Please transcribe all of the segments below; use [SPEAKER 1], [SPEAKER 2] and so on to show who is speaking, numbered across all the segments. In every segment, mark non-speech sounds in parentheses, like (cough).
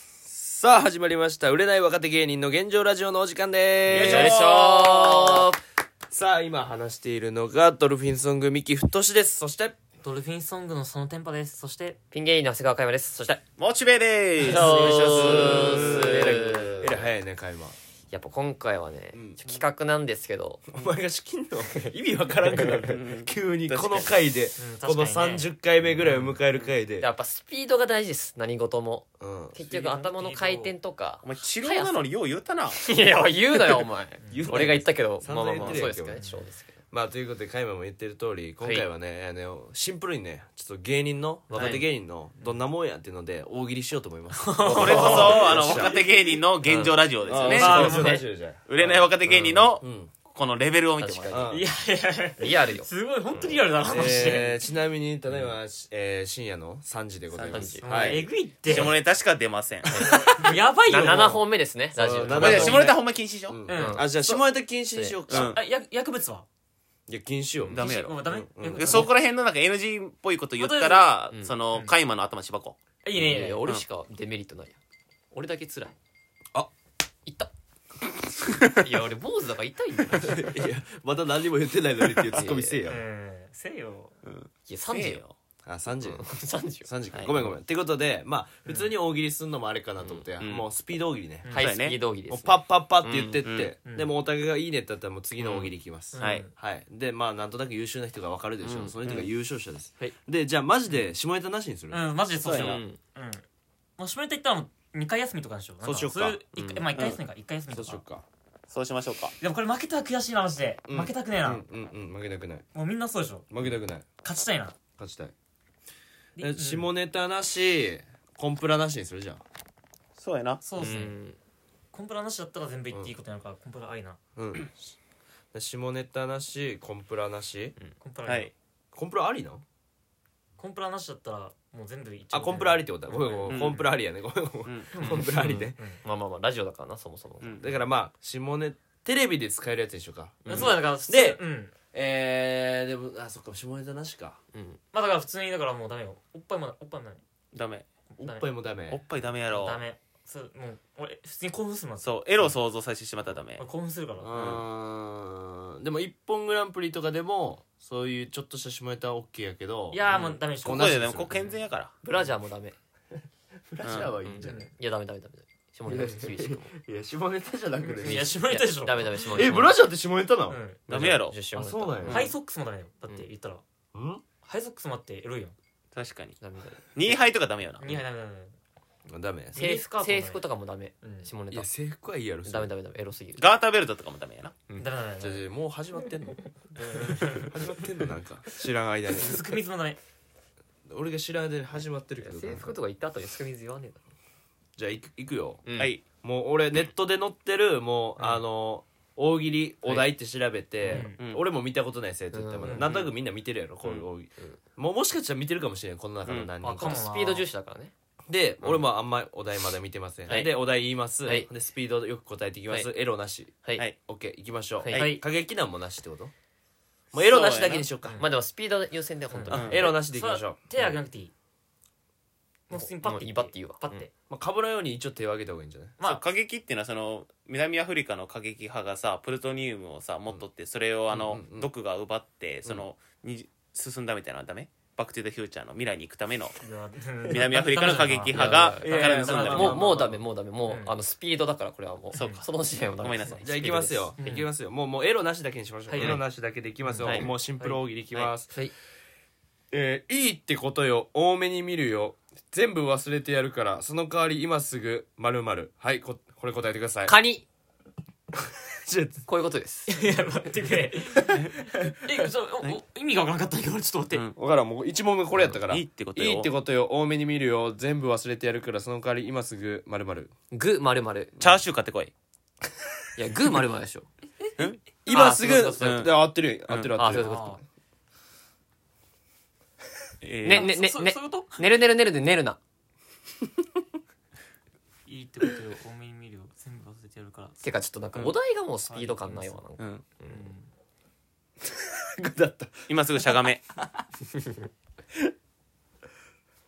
[SPEAKER 1] さあ始まりました売れない若手芸人の現状ラジオのお時間です
[SPEAKER 2] よいしょ
[SPEAKER 1] さあ今話しているのがドルフィンソング三木太志ですそして
[SPEAKER 3] ドルフィンソングのそのテンパです。そして、
[SPEAKER 2] ピン芸人の長谷川嘉山です。そして、
[SPEAKER 4] モチベで
[SPEAKER 2] お
[SPEAKER 4] す
[SPEAKER 2] 願いし
[SPEAKER 1] えらいえ
[SPEAKER 2] ま
[SPEAKER 1] らい早いね会話
[SPEAKER 2] す。やっぱ今回はね、ちょっと企画なんですけど、
[SPEAKER 1] お前が仕切んの意味わからんくなる急にこの回で
[SPEAKER 3] 確か
[SPEAKER 1] こ
[SPEAKER 3] にね
[SPEAKER 1] の30回目ぐらいを迎える回で
[SPEAKER 2] やっぱスピードが大事です。何事も。
[SPEAKER 1] うん
[SPEAKER 2] 結局頭の回転とか
[SPEAKER 4] お。前治療なのによう言うた (laughs) ない
[SPEAKER 2] や、言うなよ、お前
[SPEAKER 1] (laughs) 言う。なよ
[SPEAKER 2] 俺が言ったけど、
[SPEAKER 1] 散
[SPEAKER 2] まあ
[SPEAKER 1] 々
[SPEAKER 2] まあ
[SPEAKER 1] 言
[SPEAKER 2] ま
[SPEAKER 1] っ
[SPEAKER 2] あ、
[SPEAKER 1] てる
[SPEAKER 2] そう
[SPEAKER 1] やん
[SPEAKER 2] ですけ
[SPEAKER 1] 今日
[SPEAKER 2] どね。そうですけど。
[SPEAKER 1] まあということで加山も言ってる通り今回はねあのシンプルにねちょっと芸人の若手芸人のどんなもんやっていうので大喜利しようと思い (laughs) ます
[SPEAKER 4] これこそあの若手芸人の現状ラジオですよね
[SPEAKER 2] あ
[SPEAKER 1] そうそう
[SPEAKER 2] ね
[SPEAKER 1] 大丈夫じゃん
[SPEAKER 4] (laughs) 売れない若手芸人の
[SPEAKER 1] うん
[SPEAKER 4] このレベルを見てもら
[SPEAKER 2] 確
[SPEAKER 4] う
[SPEAKER 2] か
[SPEAKER 1] うん
[SPEAKER 3] いやいやいや、
[SPEAKER 2] に。リ
[SPEAKER 1] (laughs)
[SPEAKER 2] アルよ。
[SPEAKER 3] すごい、本当にリアルだな、話。
[SPEAKER 1] えーちなみにただいま、しえー深夜の3時でございます
[SPEAKER 2] 3時
[SPEAKER 1] は
[SPEAKER 3] え
[SPEAKER 1] い
[SPEAKER 3] ぐいって。
[SPEAKER 4] 下ネタしか出ません
[SPEAKER 3] やばいよ。
[SPEAKER 2] 7本目ですね、ラジオ。
[SPEAKER 1] そう
[SPEAKER 4] まあ
[SPEAKER 1] 七本
[SPEAKER 2] 7本
[SPEAKER 4] 下ネタほんま禁止でしょ
[SPEAKER 1] うん
[SPEAKER 2] ん
[SPEAKER 1] あじゃあ下ネタ禁止にしようか、
[SPEAKER 4] うん
[SPEAKER 3] あ、や、薬物はい
[SPEAKER 1] や禁止よ
[SPEAKER 4] ダメやろ
[SPEAKER 3] もうダメ
[SPEAKER 1] うん
[SPEAKER 3] 薬
[SPEAKER 4] で
[SPEAKER 3] 物
[SPEAKER 4] そこら辺のなんか NG っぽいこと言ったら
[SPEAKER 2] うん
[SPEAKER 4] そのカイマの頭しばこう
[SPEAKER 3] いいね、いい
[SPEAKER 2] い
[SPEAKER 3] ね
[SPEAKER 2] や。俺しかデメリットないやん俺だけ辛い
[SPEAKER 1] あ
[SPEAKER 2] いった
[SPEAKER 1] (laughs)
[SPEAKER 2] いや俺坊主だから痛いんだ
[SPEAKER 1] (laughs)
[SPEAKER 2] よ
[SPEAKER 1] いやまだ何も言ってないのにっていうツッコミせえ
[SPEAKER 3] う
[SPEAKER 1] よ
[SPEAKER 3] ん。せよ。
[SPEAKER 2] いや3
[SPEAKER 4] せ
[SPEAKER 2] 時
[SPEAKER 4] え
[SPEAKER 2] よ
[SPEAKER 4] よ
[SPEAKER 1] あ3時
[SPEAKER 2] 3時よ
[SPEAKER 1] 3時か、
[SPEAKER 4] はい
[SPEAKER 1] ごめんごめんってことでまあ普通に大喜利すんのもあれかなと思って、
[SPEAKER 4] ん
[SPEAKER 1] もうスピード大喜利ね、
[SPEAKER 2] ハイ
[SPEAKER 4] そう
[SPEAKER 2] ス
[SPEAKER 4] だ
[SPEAKER 2] ピ
[SPEAKER 4] ね
[SPEAKER 2] ード大喜利で
[SPEAKER 1] もう
[SPEAKER 2] す
[SPEAKER 1] パッパッパって言ってって、
[SPEAKER 3] うん
[SPEAKER 1] でもお互いがいいねってやったらもう次の大喜利いきます、
[SPEAKER 3] うん
[SPEAKER 4] はい
[SPEAKER 1] はいでまあなんとなく優秀な人が分かるでしょう、その人が優勝者です、
[SPEAKER 2] はい
[SPEAKER 1] でじゃあマジで下ネタなしにする、
[SPEAKER 3] うん、マジでそうしよう。
[SPEAKER 1] そうや
[SPEAKER 3] ん。もう下ネタ行ったらもう2回休みとかでしょ。なん
[SPEAKER 1] そうしようか
[SPEAKER 3] い一回まあ1回休みか、一回休み
[SPEAKER 1] そ
[SPEAKER 3] と
[SPEAKER 1] うしよ
[SPEAKER 3] か
[SPEAKER 1] う。か
[SPEAKER 4] そうしましょうか
[SPEAKER 3] でもこれ負けたら悔しいな、マジで。
[SPEAKER 1] うん
[SPEAKER 3] 負けたくねえ
[SPEAKER 1] う
[SPEAKER 3] な。
[SPEAKER 1] んうんうん負けたくない
[SPEAKER 3] もうみんなそうでしょ。
[SPEAKER 1] 負けたくない
[SPEAKER 3] 勝ちたいな。
[SPEAKER 1] 勝ちたい
[SPEAKER 3] でう
[SPEAKER 1] え
[SPEAKER 3] ん
[SPEAKER 1] 下ネタなしコンプラなしにするじゃん
[SPEAKER 4] そうやな
[SPEAKER 3] そう
[SPEAKER 2] う
[SPEAKER 3] ですね。
[SPEAKER 2] ん
[SPEAKER 3] コンプラなしだったら全部言っていいことになるから、コンプラありな。
[SPEAKER 1] うん下ネタなしコンプラなし
[SPEAKER 3] コンプラあ
[SPEAKER 4] は
[SPEAKER 3] りない
[SPEAKER 1] コンプラありな
[SPEAKER 3] コンプラなしだったらもう全部いっちゃう
[SPEAKER 1] あコンプラありってことだごめんごめ
[SPEAKER 4] うんん
[SPEAKER 1] コンプラありやねごめんごめんコンプラありね
[SPEAKER 2] まあまあまあラジオだからなそもそも
[SPEAKER 4] うん
[SPEAKER 1] だからまあ下ネテレビで使えるやつにしようか
[SPEAKER 3] うんそうだだから
[SPEAKER 1] で
[SPEAKER 3] うん
[SPEAKER 1] えーでもあそっか下ネタなしか
[SPEAKER 2] うん
[SPEAKER 3] まあだから普通にだからもうダメよおっぱいもおっぱいも
[SPEAKER 4] ダメ
[SPEAKER 1] お
[SPEAKER 3] ダメ
[SPEAKER 1] っぱいもダ
[SPEAKER 4] おっ
[SPEAKER 1] メ
[SPEAKER 4] ぱいダメやろ
[SPEAKER 3] ダメそうもう俺普通に興奮するもん
[SPEAKER 4] そうエロを想像させてしまったらダメ
[SPEAKER 3] 俺興奮するから
[SPEAKER 1] うーんでも「一本グランプリ」とかでもそういうちょっとした下ネタは OK やけど
[SPEAKER 3] いやーもうダメでしょ
[SPEAKER 1] こ
[SPEAKER 4] こ
[SPEAKER 1] ん
[SPEAKER 4] こ
[SPEAKER 1] な
[SPEAKER 4] で
[SPEAKER 1] し
[SPEAKER 4] でもここ健全やから
[SPEAKER 2] ブラジャーもダメ
[SPEAKER 1] フラジャーはいいんじゃない
[SPEAKER 2] いやダメダメダメダメ下ネタ厳しくも
[SPEAKER 1] いや下ネタじゃなくて
[SPEAKER 3] いや絞りたいでしょ
[SPEAKER 2] ダメダメ下ネタ
[SPEAKER 1] えブラジャーって下ネタなの
[SPEAKER 3] うん
[SPEAKER 4] ダメやろ
[SPEAKER 2] 下ネタ
[SPEAKER 1] あそうなんや
[SPEAKER 3] ハイソックスもダメよだって言ったら
[SPEAKER 1] うん
[SPEAKER 3] ハイソックスもあってエロいやん
[SPEAKER 4] 確かに
[SPEAKER 2] ダメダメ
[SPEAKER 4] 2杯とかダメよな
[SPEAKER 3] 2杯ダメダメダメ
[SPEAKER 1] ダメ
[SPEAKER 2] 制
[SPEAKER 3] ミニスカー
[SPEAKER 2] 服
[SPEAKER 3] トも
[SPEAKER 2] 制服とかも
[SPEAKER 3] ない
[SPEAKER 2] ダメ
[SPEAKER 3] うん
[SPEAKER 2] 下ネ
[SPEAKER 1] い
[SPEAKER 2] タ
[SPEAKER 1] や制服はいいやろ
[SPEAKER 2] ダメダメダメエロすぎる
[SPEAKER 4] ガーターベルトとかもダメやな
[SPEAKER 3] ダメ
[SPEAKER 1] じ
[SPEAKER 3] ダメ
[SPEAKER 1] ゃ
[SPEAKER 3] ダ
[SPEAKER 1] あ
[SPEAKER 3] メ
[SPEAKER 1] じゃあもう始まって
[SPEAKER 2] (laughs)
[SPEAKER 1] んの始まってんのなんか知らん間に
[SPEAKER 3] すく水もダメ
[SPEAKER 1] 俺が知らん間に始まってるけど
[SPEAKER 2] 制服とか行った後にすく水言わね
[SPEAKER 1] じゃあいくいくよ
[SPEAKER 2] えだろ
[SPEAKER 4] はい
[SPEAKER 1] もう俺ネットで載ってるもうあの大喜利お題って調べて
[SPEAKER 4] うんうん
[SPEAKER 1] 俺も見たことない生徒ってま
[SPEAKER 2] うん
[SPEAKER 1] だ
[SPEAKER 2] うん
[SPEAKER 1] なんとなくみんな見てるやろこういう大喜利もうもしかしたら見てるかもしれんこの中の何人
[SPEAKER 3] う
[SPEAKER 1] か
[SPEAKER 3] んあかも
[SPEAKER 2] スピード重視だからね
[SPEAKER 1] で俺もあんまお題まだ見てませ
[SPEAKER 2] は
[SPEAKER 1] ん
[SPEAKER 2] い
[SPEAKER 1] でお題言います
[SPEAKER 2] はい
[SPEAKER 1] でスピードよく答えていきますエロなし
[SPEAKER 2] は
[SPEAKER 4] はいい
[SPEAKER 1] OK 行きましょう
[SPEAKER 2] はい
[SPEAKER 1] 過激なんもなしってこともうエロなしだけにしようか
[SPEAKER 2] まあでもスピード優先で本当に
[SPEAKER 4] う
[SPEAKER 1] あ
[SPEAKER 4] ん
[SPEAKER 1] エロなしでいきましょう
[SPEAKER 3] 手挙げなくていいもう普通にパッて
[SPEAKER 2] もうバッて言うわ
[SPEAKER 3] パッて
[SPEAKER 1] まあ、株のように一応手を挙げた方がいいんじゃない
[SPEAKER 4] まあ過激っていうのはその南アフリカの過激派がさプルトニウムをさ持っとってそれをあの、
[SPEAKER 1] うんうんうん
[SPEAKER 4] 毒が奪ってその、に進んだみたいなのはダメバック・トゥ・ザ・フューチャーの未来に行くための
[SPEAKER 3] いやうん
[SPEAKER 4] 南アフリカの過激派が
[SPEAKER 1] いやいや
[SPEAKER 4] 宝盗んだみた
[SPEAKER 1] ま
[SPEAKER 4] い
[SPEAKER 1] あまあまあ
[SPEAKER 2] もう
[SPEAKER 4] な
[SPEAKER 2] もうダメもうダメもう、
[SPEAKER 3] うん
[SPEAKER 2] あのスピードだからこれはもう
[SPEAKER 4] そうか
[SPEAKER 2] その時点はダメです
[SPEAKER 4] ごめんなさい
[SPEAKER 1] じゃあいきますよ、
[SPEAKER 2] スピー
[SPEAKER 1] い
[SPEAKER 2] ド
[SPEAKER 1] きますよもうもうエロなしだけにしましょう、
[SPEAKER 2] はい
[SPEAKER 1] エロなしだけでいきますよ、
[SPEAKER 4] はい
[SPEAKER 1] もうシンプル大喜利いきます、
[SPEAKER 2] ですはい
[SPEAKER 1] えーいいってことよ多めに見るよ全部忘れてやるからその代わり今すぐまるまるはいここれ答えてください
[SPEAKER 2] カニ
[SPEAKER 1] ちょ
[SPEAKER 2] こういうことです
[SPEAKER 3] いや待ってくれえそうおお意味がわからなかったんだけど俺ちょっと待って
[SPEAKER 4] うん
[SPEAKER 1] わからんもう1問目これやったから
[SPEAKER 4] いいってことよ
[SPEAKER 1] いいってことよ多めに見るよ全部忘れてやるからその代わり今すぐまるまる
[SPEAKER 2] グまるまる
[SPEAKER 4] チャーシュー買ってこい
[SPEAKER 2] いやグまるまるでしょ
[SPEAKER 1] 今すぐ
[SPEAKER 2] そうそうそう
[SPEAKER 4] そう
[SPEAKER 1] で合ってるよ合ってる合
[SPEAKER 2] あ
[SPEAKER 1] って
[SPEAKER 2] そうい
[SPEAKER 1] る
[SPEAKER 2] うこ
[SPEAKER 3] あ
[SPEAKER 2] と
[SPEAKER 4] えー
[SPEAKER 2] ねねね
[SPEAKER 3] そ
[SPEAKER 2] ね
[SPEAKER 3] そういうこと
[SPEAKER 2] ねるねるねるでねるない
[SPEAKER 3] いってことよ多めに見るよ全部忘れてやるから
[SPEAKER 2] てかちょっとなんか
[SPEAKER 4] うん
[SPEAKER 2] お題がもうスピード感ないわなんか
[SPEAKER 1] (laughs)
[SPEAKER 4] うん、
[SPEAKER 3] うん
[SPEAKER 1] だった
[SPEAKER 4] 今すぐしゃがめ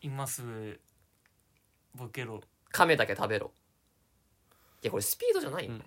[SPEAKER 3] 今すぐボケろ
[SPEAKER 2] 亀だけ食べろやこれスピードじゃないよね、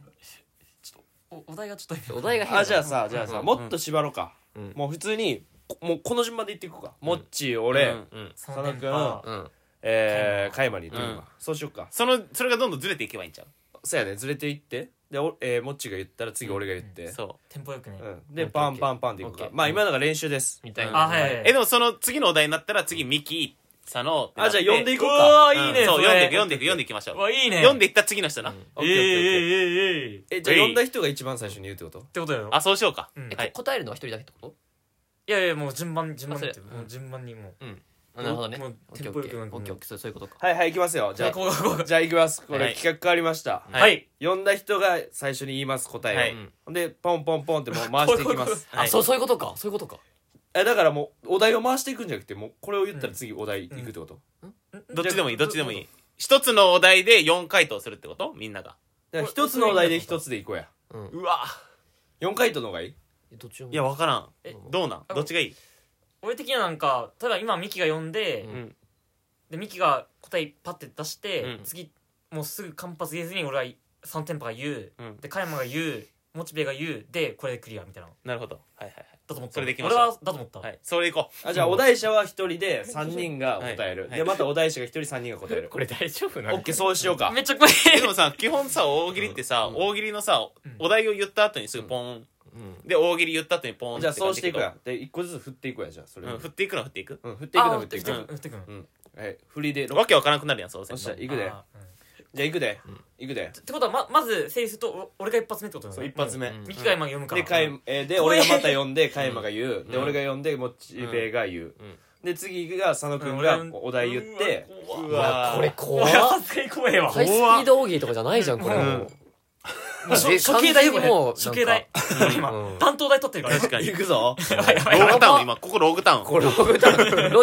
[SPEAKER 3] ちょっとおお題がちょっと
[SPEAKER 2] お題が変
[SPEAKER 1] あ
[SPEAKER 2] だ
[SPEAKER 1] じゃあさじゃあさ、
[SPEAKER 2] うん
[SPEAKER 1] もっと縛ろうか、
[SPEAKER 2] うん
[SPEAKER 1] もう普通にこもうこの順番でいっていこうか、もっちー俺、
[SPEAKER 4] うん
[SPEAKER 2] うん
[SPEAKER 1] 佐野くん
[SPEAKER 2] うん
[SPEAKER 1] えー、カイマにというか、
[SPEAKER 4] うん
[SPEAKER 1] そうしようか
[SPEAKER 4] そのそれがどんどんずれていけばいいんちゃ
[SPEAKER 1] そうやねずれていってでお、えー、もっちーが言ったら次俺が言って、
[SPEAKER 4] うそう
[SPEAKER 3] テンポよくね
[SPEAKER 1] うんで
[SPEAKER 2] オッケー
[SPEAKER 1] パンパンパンっていこう
[SPEAKER 2] オッ
[SPEAKER 1] か
[SPEAKER 2] ケー
[SPEAKER 1] まあ今のが練習です
[SPEAKER 2] みたいな
[SPEAKER 3] あはいはいはい
[SPEAKER 4] えでもその次のお題になったら次ミキ佐野ってな
[SPEAKER 1] あ
[SPEAKER 4] って
[SPEAKER 1] じゃあ呼んでいこう
[SPEAKER 3] う
[SPEAKER 1] か
[SPEAKER 3] わいいね
[SPEAKER 4] うんそう
[SPEAKER 3] そ
[SPEAKER 4] 読ん
[SPEAKER 3] れ
[SPEAKER 4] でいく読んでいく読んでいきましょ
[SPEAKER 3] うわ
[SPEAKER 4] う
[SPEAKER 3] いいね
[SPEAKER 4] 読んでいった次の人な
[SPEAKER 1] オッ
[SPEAKER 3] え
[SPEAKER 1] ケ
[SPEAKER 3] え
[SPEAKER 1] ーオッケーオッケー
[SPEAKER 3] ええええ
[SPEAKER 1] えじゃあ呼んだ人が一番最初に言うってこと
[SPEAKER 3] ってことだよ
[SPEAKER 4] あそうしようか
[SPEAKER 3] うん
[SPEAKER 2] え、
[SPEAKER 4] はい
[SPEAKER 2] こ答えるのは一人だけってこ
[SPEAKER 3] いやいやもう順番順番
[SPEAKER 2] あそれ
[SPEAKER 3] ってもう順番にもう
[SPEAKER 2] となるほどね
[SPEAKER 3] もう
[SPEAKER 2] オッケ
[SPEAKER 3] テ
[SPEAKER 2] ーオ
[SPEAKER 3] ンポ
[SPEAKER 2] ッケーオッケー
[SPEAKER 3] よくなんか
[SPEAKER 2] オッケーそうそういうことか
[SPEAKER 1] はいはい行きますよじゃ
[SPEAKER 3] はい
[SPEAKER 1] あ
[SPEAKER 3] こうこうこう
[SPEAKER 1] じゃあ行きますこ
[SPEAKER 4] は
[SPEAKER 1] れ
[SPEAKER 4] い
[SPEAKER 1] 企画変わりました、
[SPEAKER 4] はい
[SPEAKER 3] はい
[SPEAKER 1] 呼んだ人が最初に言います答えを、
[SPEAKER 4] はい
[SPEAKER 1] ほんでポンポンポンってもう回していきま
[SPEAKER 3] こういうこ
[SPEAKER 1] す
[SPEAKER 4] はい
[SPEAKER 2] あそうそういうことかそういうことか
[SPEAKER 1] えだからもうお題を回していくんじゃなくてもうこれを言ったら次お題いくってこと、
[SPEAKER 4] どっちでもいいどっちでもいい一つのお題で4回答するってことみんなが
[SPEAKER 1] だから一つのお題で一つでいこうや
[SPEAKER 2] うん
[SPEAKER 4] うわ
[SPEAKER 1] 4回答の方がいい
[SPEAKER 2] えどっちも
[SPEAKER 4] いや分からん
[SPEAKER 3] え
[SPEAKER 4] どうなんどっちがいい
[SPEAKER 3] 俺的にはなんか例えば今ミキが呼んで、
[SPEAKER 4] ん
[SPEAKER 3] でミキが答えパッて出して、
[SPEAKER 4] うん
[SPEAKER 3] 次もうすぐ間髪入れずに俺は3店舗が言う、
[SPEAKER 4] うん
[SPEAKER 3] で加山が言うモチベが言うでこれでクリアみたいなだ
[SPEAKER 4] なるほどはいはいはい
[SPEAKER 3] と思った
[SPEAKER 4] それでいきまし
[SPEAKER 3] 俺
[SPEAKER 4] ょう
[SPEAKER 3] はだと思った、
[SPEAKER 4] はい、それいこう。
[SPEAKER 1] あじゃあお題者は1人で3人が答える、
[SPEAKER 4] はいはい
[SPEAKER 1] でまたお題者が1人3人が答える
[SPEAKER 2] これ大丈夫なの
[SPEAKER 1] OK そうしようか
[SPEAKER 3] めっちゃ怖い
[SPEAKER 4] えでもさ、基本さ、大喜利ってさ、大喜利のさ
[SPEAKER 3] ん、
[SPEAKER 4] お題を言った後にすぐポン。
[SPEAKER 2] うん
[SPEAKER 4] で、大喜利言った後にポン
[SPEAKER 1] じゃあそうしていく
[SPEAKER 4] や
[SPEAKER 1] やで1個ずつ振っていくやじゃあそれで
[SPEAKER 4] うん、振っていくのは振っていく。
[SPEAKER 1] うん振っていく
[SPEAKER 3] あ
[SPEAKER 1] の振
[SPEAKER 3] 降
[SPEAKER 1] っ
[SPEAKER 3] って
[SPEAKER 1] てい
[SPEAKER 3] き
[SPEAKER 1] く
[SPEAKER 3] た
[SPEAKER 1] の
[SPEAKER 3] 降ってくる
[SPEAKER 1] はい振りで
[SPEAKER 4] わけわからなくなるやん、そうせ
[SPEAKER 1] おっ
[SPEAKER 4] ん
[SPEAKER 1] しゃ
[SPEAKER 4] と。
[SPEAKER 1] 行くでじゃ
[SPEAKER 3] あーうん
[SPEAKER 1] あ行くで行くで
[SPEAKER 3] ってことはままず整理するとお俺が一発目ってことだ
[SPEAKER 4] そう、
[SPEAKER 3] ね
[SPEAKER 4] 一発目。
[SPEAKER 2] うん
[SPEAKER 3] ミキが今読むから
[SPEAKER 1] でかい、えーで
[SPEAKER 3] 怖
[SPEAKER 1] 俺
[SPEAKER 3] い
[SPEAKER 1] がまた呼んで加山が言うで俺が呼んでモチベが言う
[SPEAKER 2] うん
[SPEAKER 1] で次が佐野くん
[SPEAKER 3] う
[SPEAKER 1] が
[SPEAKER 3] ん
[SPEAKER 1] お題言って
[SPEAKER 4] う
[SPEAKER 2] うわ
[SPEAKER 4] わ
[SPEAKER 2] これ怖っ
[SPEAKER 3] 俺はさすがに怖えわ
[SPEAKER 2] ハイスピード大喜利とかじゃないじゃんこれ
[SPEAKER 1] うん
[SPEAKER 2] も
[SPEAKER 3] もう初
[SPEAKER 2] え
[SPEAKER 3] 初形だよこ
[SPEAKER 2] 完全
[SPEAKER 3] れ
[SPEAKER 2] にもう
[SPEAKER 3] 初形代
[SPEAKER 2] う
[SPEAKER 3] 今
[SPEAKER 2] ん
[SPEAKER 3] 担当代取ってるから
[SPEAKER 4] 確かに。
[SPEAKER 1] 行くぞ
[SPEAKER 3] やばいやば
[SPEAKER 4] (laughs)
[SPEAKER 3] い
[SPEAKER 4] ロ
[SPEAKER 3] や
[SPEAKER 4] ーグ
[SPEAKER 3] ばい
[SPEAKER 4] タウン、今、ここローグタウン。
[SPEAKER 2] これロ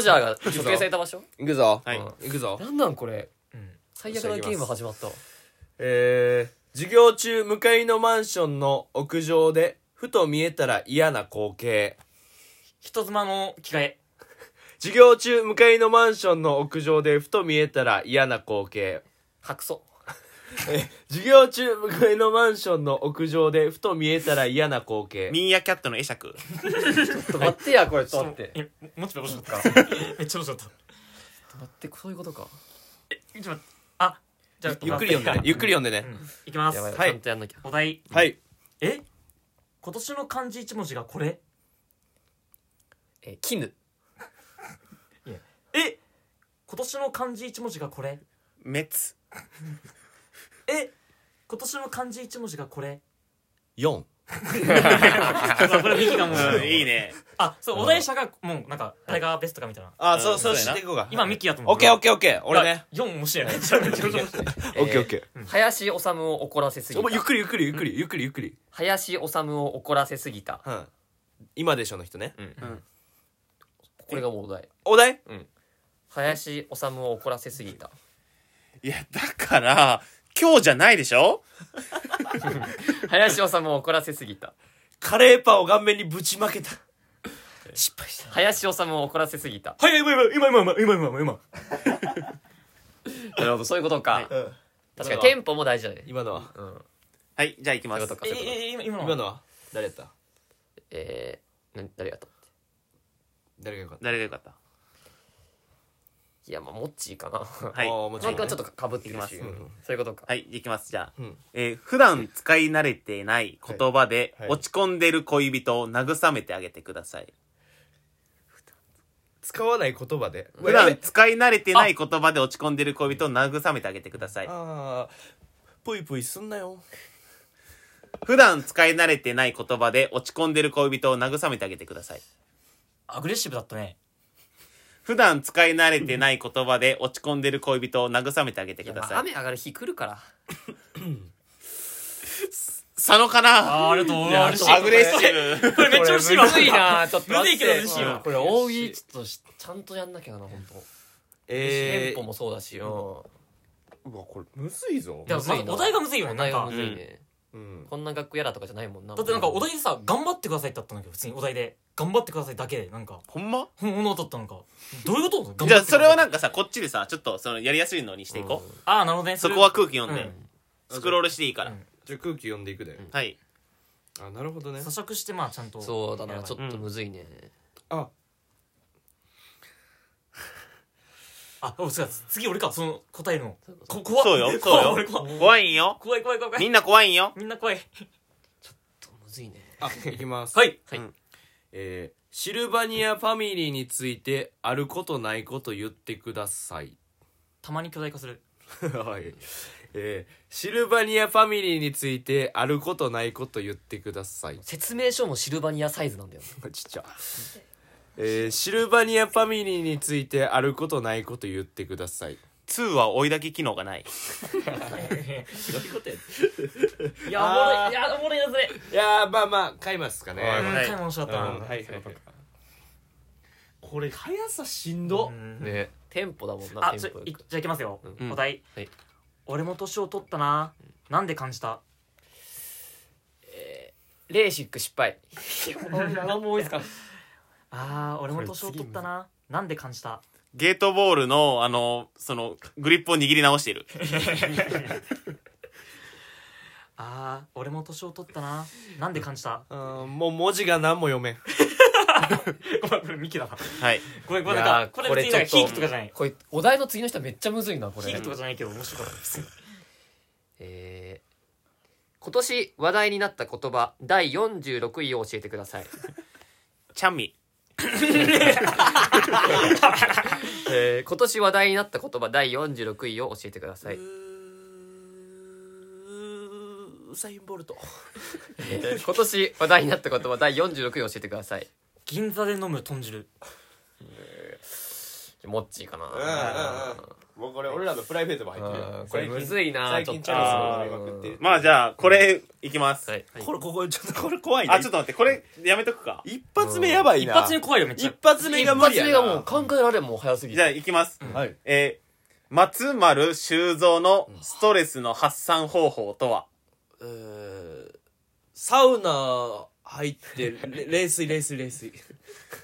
[SPEAKER 2] ジャー
[SPEAKER 3] (laughs)
[SPEAKER 2] が処刑された場所
[SPEAKER 1] 行くぞ
[SPEAKER 4] はい。
[SPEAKER 2] う
[SPEAKER 1] 行くぞ
[SPEAKER 2] なんなんこれ
[SPEAKER 3] うん
[SPEAKER 2] 最悪なゲーム始まった
[SPEAKER 1] えー、授業中向かいのマンションの屋上でふと見えたら嫌な光景
[SPEAKER 3] 人妻の着替え
[SPEAKER 1] 授業中向かいのマンションの屋上でふと見えたら嫌な光景
[SPEAKER 2] 白素
[SPEAKER 1] 授業中向かいのマンションの屋上でふと見えたら嫌な光景
[SPEAKER 4] ミーアキャットの会釈。
[SPEAKER 2] ちょっと待ってやこれちょっと待って
[SPEAKER 3] えモチベ面白かった (laughs) めっちゃ面白かった
[SPEAKER 2] 待ってそういうことか
[SPEAKER 3] えちょっと待ってあじゃあ
[SPEAKER 1] ゆっくり読んでねゆっくり読んでね
[SPEAKER 3] うんいきます
[SPEAKER 2] やばいち
[SPEAKER 1] はい
[SPEAKER 2] ゃんとやんなきゃ
[SPEAKER 3] お題
[SPEAKER 1] はい
[SPEAKER 3] え今年の漢字一文字がこれ
[SPEAKER 2] え絹
[SPEAKER 3] え今年の漢字一文字がこれ
[SPEAKER 4] メツ。
[SPEAKER 3] え今年の漢字一文字がこれ
[SPEAKER 1] 4
[SPEAKER 3] これミキがも
[SPEAKER 4] うん、
[SPEAKER 3] う
[SPEAKER 4] いいね。
[SPEAKER 3] あそうお題者がもうなんかタイガーベストかみたいな
[SPEAKER 1] あ
[SPEAKER 4] うん
[SPEAKER 1] そうそう
[SPEAKER 4] そうや
[SPEAKER 1] 知
[SPEAKER 4] な
[SPEAKER 1] っていこうか
[SPEAKER 3] 今ミキやと思
[SPEAKER 1] オ
[SPEAKER 3] う
[SPEAKER 1] ッケーオッケーオッケー俺ね
[SPEAKER 3] 4面白い (laughs) ねめちゃめちゃ面白い
[SPEAKER 2] えー
[SPEAKER 1] ケー
[SPEAKER 2] 林修を怒らせすぎ
[SPEAKER 1] お前ゆ
[SPEAKER 2] た
[SPEAKER 1] っくりゆっくりゆっくりゆっくりゆっくり
[SPEAKER 2] 林修を怒らせすぎた
[SPEAKER 1] うん今でしょの人ね
[SPEAKER 2] これがもうお題
[SPEAKER 1] お題
[SPEAKER 2] 林修を怒らせすぎた
[SPEAKER 4] いや、だから、今日じゃないでしょ
[SPEAKER 2] 林修を怒らせすぎた
[SPEAKER 1] カレーパンを顔面にぶちまけた
[SPEAKER 3] 失敗した
[SPEAKER 2] 林修を怒らせすぎた
[SPEAKER 3] はい今今今今今今今
[SPEAKER 2] なるほどそういうことか
[SPEAKER 1] うん
[SPEAKER 2] 確かにテンポも大事だね
[SPEAKER 1] 今のは
[SPEAKER 2] うん
[SPEAKER 4] はい、じゃあ行きます
[SPEAKER 2] そういうこと。か
[SPEAKER 3] ええ今今の
[SPEAKER 1] 今のは誰やった
[SPEAKER 2] えーな誰がと
[SPEAKER 1] 誰がよかった
[SPEAKER 4] 誰がよかった
[SPEAKER 2] いやまあモッチーかな
[SPEAKER 4] はい。
[SPEAKER 1] あーもちろ
[SPEAKER 2] なん
[SPEAKER 1] ん
[SPEAKER 2] か
[SPEAKER 1] ね
[SPEAKER 2] ちょっとかぶってきます
[SPEAKER 4] い
[SPEAKER 2] し
[SPEAKER 4] きます
[SPEAKER 2] そういうことか
[SPEAKER 4] はい、行きます、じゃ
[SPEAKER 1] う
[SPEAKER 4] あ。
[SPEAKER 1] ん
[SPEAKER 4] えー普段使い慣れていない言葉で、
[SPEAKER 1] はいはい
[SPEAKER 4] 落ち込んでる恋人を慰めてあげてください。
[SPEAKER 1] 使わない言葉で
[SPEAKER 4] 普段使い慣れてない言葉で落ち込んでる恋人を慰めてあげてください。
[SPEAKER 1] ああぷいぷいすんなよ
[SPEAKER 4] 普段使い慣れてない言葉で落ち込んでる恋人を慰めてあげてください。
[SPEAKER 3] アグレッシブだったね
[SPEAKER 4] 普段使い慣れてない言葉で落ち込んでる恋人を慰めてあげて
[SPEAKER 2] いや
[SPEAKER 4] く
[SPEAKER 2] ま
[SPEAKER 4] だ
[SPEAKER 2] あ
[SPEAKER 4] さい。
[SPEAKER 2] 雨上がる日来るから
[SPEAKER 4] 佐野かな
[SPEAKER 3] あありがとう嬉しい
[SPEAKER 4] アグレッシブ。
[SPEAKER 3] これめっちゃ嬉しいわ
[SPEAKER 2] むずいなちょっと
[SPEAKER 3] むず
[SPEAKER 2] 待
[SPEAKER 3] い
[SPEAKER 2] っ
[SPEAKER 3] けど
[SPEAKER 2] て
[SPEAKER 3] 嬉しいわ
[SPEAKER 2] うんこれ大喜利ちょっとしちゃんとやんなきゃな本当テ
[SPEAKER 1] え
[SPEAKER 2] ンポもそうだしうん
[SPEAKER 1] うわこれむずいぞ
[SPEAKER 3] でもまずお題がむずいよね
[SPEAKER 2] お
[SPEAKER 3] なん
[SPEAKER 2] 題が
[SPEAKER 3] か
[SPEAKER 2] むずいね
[SPEAKER 1] うん
[SPEAKER 2] こんな学校やらとかじゃないもんな
[SPEAKER 3] だってなんかお題でさ「頑張ってください」ってあったんだけど普通にお題で「頑張ってください」だけでなんか
[SPEAKER 4] ほんま
[SPEAKER 3] 本物だったのかどういうこと
[SPEAKER 4] じゃあそれはなん
[SPEAKER 3] か
[SPEAKER 4] んかさ、こっちでさ、ちょっとそのやりやすいのにしていこう。
[SPEAKER 3] ああなるほどね
[SPEAKER 4] そこは空気読んで。
[SPEAKER 3] うん
[SPEAKER 4] スクロールしていいから、
[SPEAKER 3] うん
[SPEAKER 1] じゃあ空気読んでいくだよ、
[SPEAKER 4] はい
[SPEAKER 1] あなるほどね
[SPEAKER 3] 咀嚼してまあちゃんと
[SPEAKER 2] そうだなちょ
[SPEAKER 3] と
[SPEAKER 2] っとむずいね
[SPEAKER 1] あ
[SPEAKER 3] あおそうだ次俺かその答えるのこ怖っ
[SPEAKER 4] そうよ
[SPEAKER 3] (laughs) 怖い
[SPEAKER 4] そう
[SPEAKER 3] 俺
[SPEAKER 4] よ
[SPEAKER 3] 怖い
[SPEAKER 4] 怖いんよ
[SPEAKER 3] 怖い怖い怖い怖
[SPEAKER 4] み
[SPEAKER 3] い
[SPEAKER 4] んな怖いんよ
[SPEAKER 3] みんな怖い
[SPEAKER 2] むずいね
[SPEAKER 1] あいきます
[SPEAKER 3] はい
[SPEAKER 1] えーシルバニアファミリーについてあることないこと言ってください
[SPEAKER 3] たまに巨大化する
[SPEAKER 1] (laughs) はい、えーシルバニアファミリーについてあることないこと言ってください
[SPEAKER 2] 説明書もシルバニアサイズなんだよ
[SPEAKER 1] ちっちゃ、えーシルバニアファミリーについてあることないこと言ってください
[SPEAKER 4] 2は追いだき機能がない
[SPEAKER 3] いやおもろいいやおもろいやつね
[SPEAKER 1] いやーまあまあ買いますかね
[SPEAKER 4] はい
[SPEAKER 3] うん買い物しかった
[SPEAKER 1] うんはい
[SPEAKER 3] な
[SPEAKER 1] はいはいこれ速さしんど
[SPEAKER 3] うん
[SPEAKER 2] ねテンポだもんな
[SPEAKER 3] あ
[SPEAKER 2] テ
[SPEAKER 3] ちょ
[SPEAKER 2] ンポよ
[SPEAKER 3] い
[SPEAKER 2] く
[SPEAKER 3] じゃあいきますよ
[SPEAKER 4] うん
[SPEAKER 3] お題
[SPEAKER 2] はい
[SPEAKER 3] 俺も年を取ったななんで感じた
[SPEAKER 2] レーシック失敗
[SPEAKER 3] 何も多いですかあー俺も年を取ったななんで感じた
[SPEAKER 4] ゲートボールのあのそのグリップを握り直してる
[SPEAKER 3] あー俺も年を取ったななんで感じた
[SPEAKER 1] うんもう文字が何も読めん
[SPEAKER 3] (laughs) ごめんこれミキだな
[SPEAKER 4] はい
[SPEAKER 3] ごめんごめん
[SPEAKER 2] いやー
[SPEAKER 3] なんかこれ別になんか
[SPEAKER 2] これちょ
[SPEAKER 3] ひ
[SPEAKER 2] っと
[SPEAKER 3] いきとかじゃない
[SPEAKER 2] これお題の次の人めっちゃむずいなこ
[SPEAKER 3] ひい
[SPEAKER 2] れ
[SPEAKER 3] きとかじゃないけど面白かったです
[SPEAKER 2] えー今年話題になった言葉第46位を教えてください
[SPEAKER 4] チャミ
[SPEAKER 2] えー今年話題になった言葉第46位を教えてください
[SPEAKER 1] サインボルト
[SPEAKER 2] えー今年話題になった言葉第46位を教えてください
[SPEAKER 3] 銀座で飲む豚汁
[SPEAKER 2] モッチーかな
[SPEAKER 1] もうこれ俺らのプライベートも入ってる
[SPEAKER 2] あ
[SPEAKER 1] よ
[SPEAKER 2] ーこれむずいな
[SPEAKER 1] 最
[SPEAKER 2] ちょっ
[SPEAKER 1] 近
[SPEAKER 2] と
[SPEAKER 1] チャラスも飲みまくってる
[SPEAKER 4] まあじゃあこれいきます、
[SPEAKER 2] はい
[SPEAKER 1] これここちょっとこれ怖いね
[SPEAKER 4] あちょっと待ってこれやめとくか
[SPEAKER 1] 一発目やばい
[SPEAKER 3] 一
[SPEAKER 1] な
[SPEAKER 3] 発目怖いよめっちゃ
[SPEAKER 1] 一発目が無理やな
[SPEAKER 2] 一発目がもう考えられんもう早すぎ
[SPEAKER 4] じゃあ
[SPEAKER 2] て
[SPEAKER 4] いきます、
[SPEAKER 1] はい
[SPEAKER 4] えー、松丸修造のストレスの発散方法とは、
[SPEAKER 1] えーサウナ入ってれ冷水冷水冷水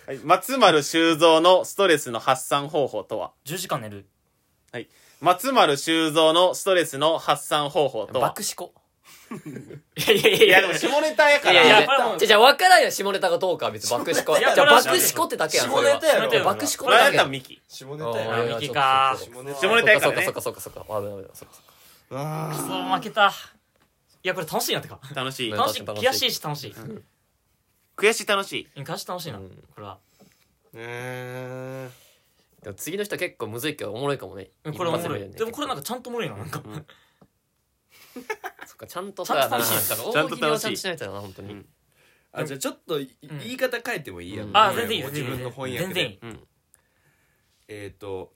[SPEAKER 4] はい、松丸修造のストレスの発散方法とは
[SPEAKER 3] 10時間寝る
[SPEAKER 4] はい。松丸修造のストレスの発散方法とは
[SPEAKER 2] 爆思考
[SPEAKER 3] いやいやいや
[SPEAKER 4] いや、でも下ネタやから。
[SPEAKER 2] いやいや
[SPEAKER 3] これもう
[SPEAKER 2] じゃあじゃあ分からんよ下ネタがどうかは別に爆思考
[SPEAKER 3] い
[SPEAKER 2] じ
[SPEAKER 3] や
[SPEAKER 2] ゃあ爆
[SPEAKER 3] これは
[SPEAKER 2] 思考ってだけやん
[SPEAKER 1] 下ネタやろ
[SPEAKER 2] それは爆思
[SPEAKER 4] こ
[SPEAKER 2] 考
[SPEAKER 4] れや
[SPEAKER 2] だ
[SPEAKER 4] っ
[SPEAKER 2] け
[SPEAKER 4] た
[SPEAKER 2] や
[SPEAKER 4] ら
[SPEAKER 2] ん
[SPEAKER 4] ミキ。
[SPEAKER 1] 下ネ
[SPEAKER 2] あ
[SPEAKER 1] タや
[SPEAKER 2] ー
[SPEAKER 1] な
[SPEAKER 2] 俺はちょっと
[SPEAKER 3] ミキか
[SPEAKER 2] そうそうそう
[SPEAKER 1] 下ネ
[SPEAKER 4] 下ネタやか
[SPEAKER 2] そうか
[SPEAKER 4] らね
[SPEAKER 2] そう。かそうかそうかそうか危ない危ないそうかそうか
[SPEAKER 1] あ
[SPEAKER 3] そう負けたいやこれ楽しいなってか
[SPEAKER 4] 楽しい。
[SPEAKER 2] うん
[SPEAKER 3] 楽しい
[SPEAKER 2] 楽しい
[SPEAKER 3] 悔しいし楽し
[SPEAKER 4] 悔しい
[SPEAKER 3] い
[SPEAKER 4] 楽しい。
[SPEAKER 3] うん悔しい楽しいなこれは
[SPEAKER 1] ーえ
[SPEAKER 2] でも次の人結構むずいけどおもろいかもね
[SPEAKER 3] うんこれおもろ
[SPEAKER 2] 一発目や
[SPEAKER 3] い
[SPEAKER 2] ね
[SPEAKER 3] でもこれなんかちゃんとおもろいななんか
[SPEAKER 2] そっかちゃんと
[SPEAKER 3] ちゃ
[SPEAKER 2] さ
[SPEAKER 3] んと楽しい
[SPEAKER 2] だから
[SPEAKER 4] ちゃん
[SPEAKER 2] 大喜
[SPEAKER 4] と
[SPEAKER 2] 利を
[SPEAKER 4] 楽しい
[SPEAKER 2] ちゃんとしないとな本当に、
[SPEAKER 4] うん
[SPEAKER 1] あじゃあちょっとい
[SPEAKER 3] うん
[SPEAKER 1] 言い方変えてもいいや
[SPEAKER 2] うん
[SPEAKER 3] あ全然いい
[SPEAKER 1] も
[SPEAKER 3] よ
[SPEAKER 1] う自分の翻訳
[SPEAKER 3] 全然い
[SPEAKER 1] で
[SPEAKER 3] い
[SPEAKER 1] えっと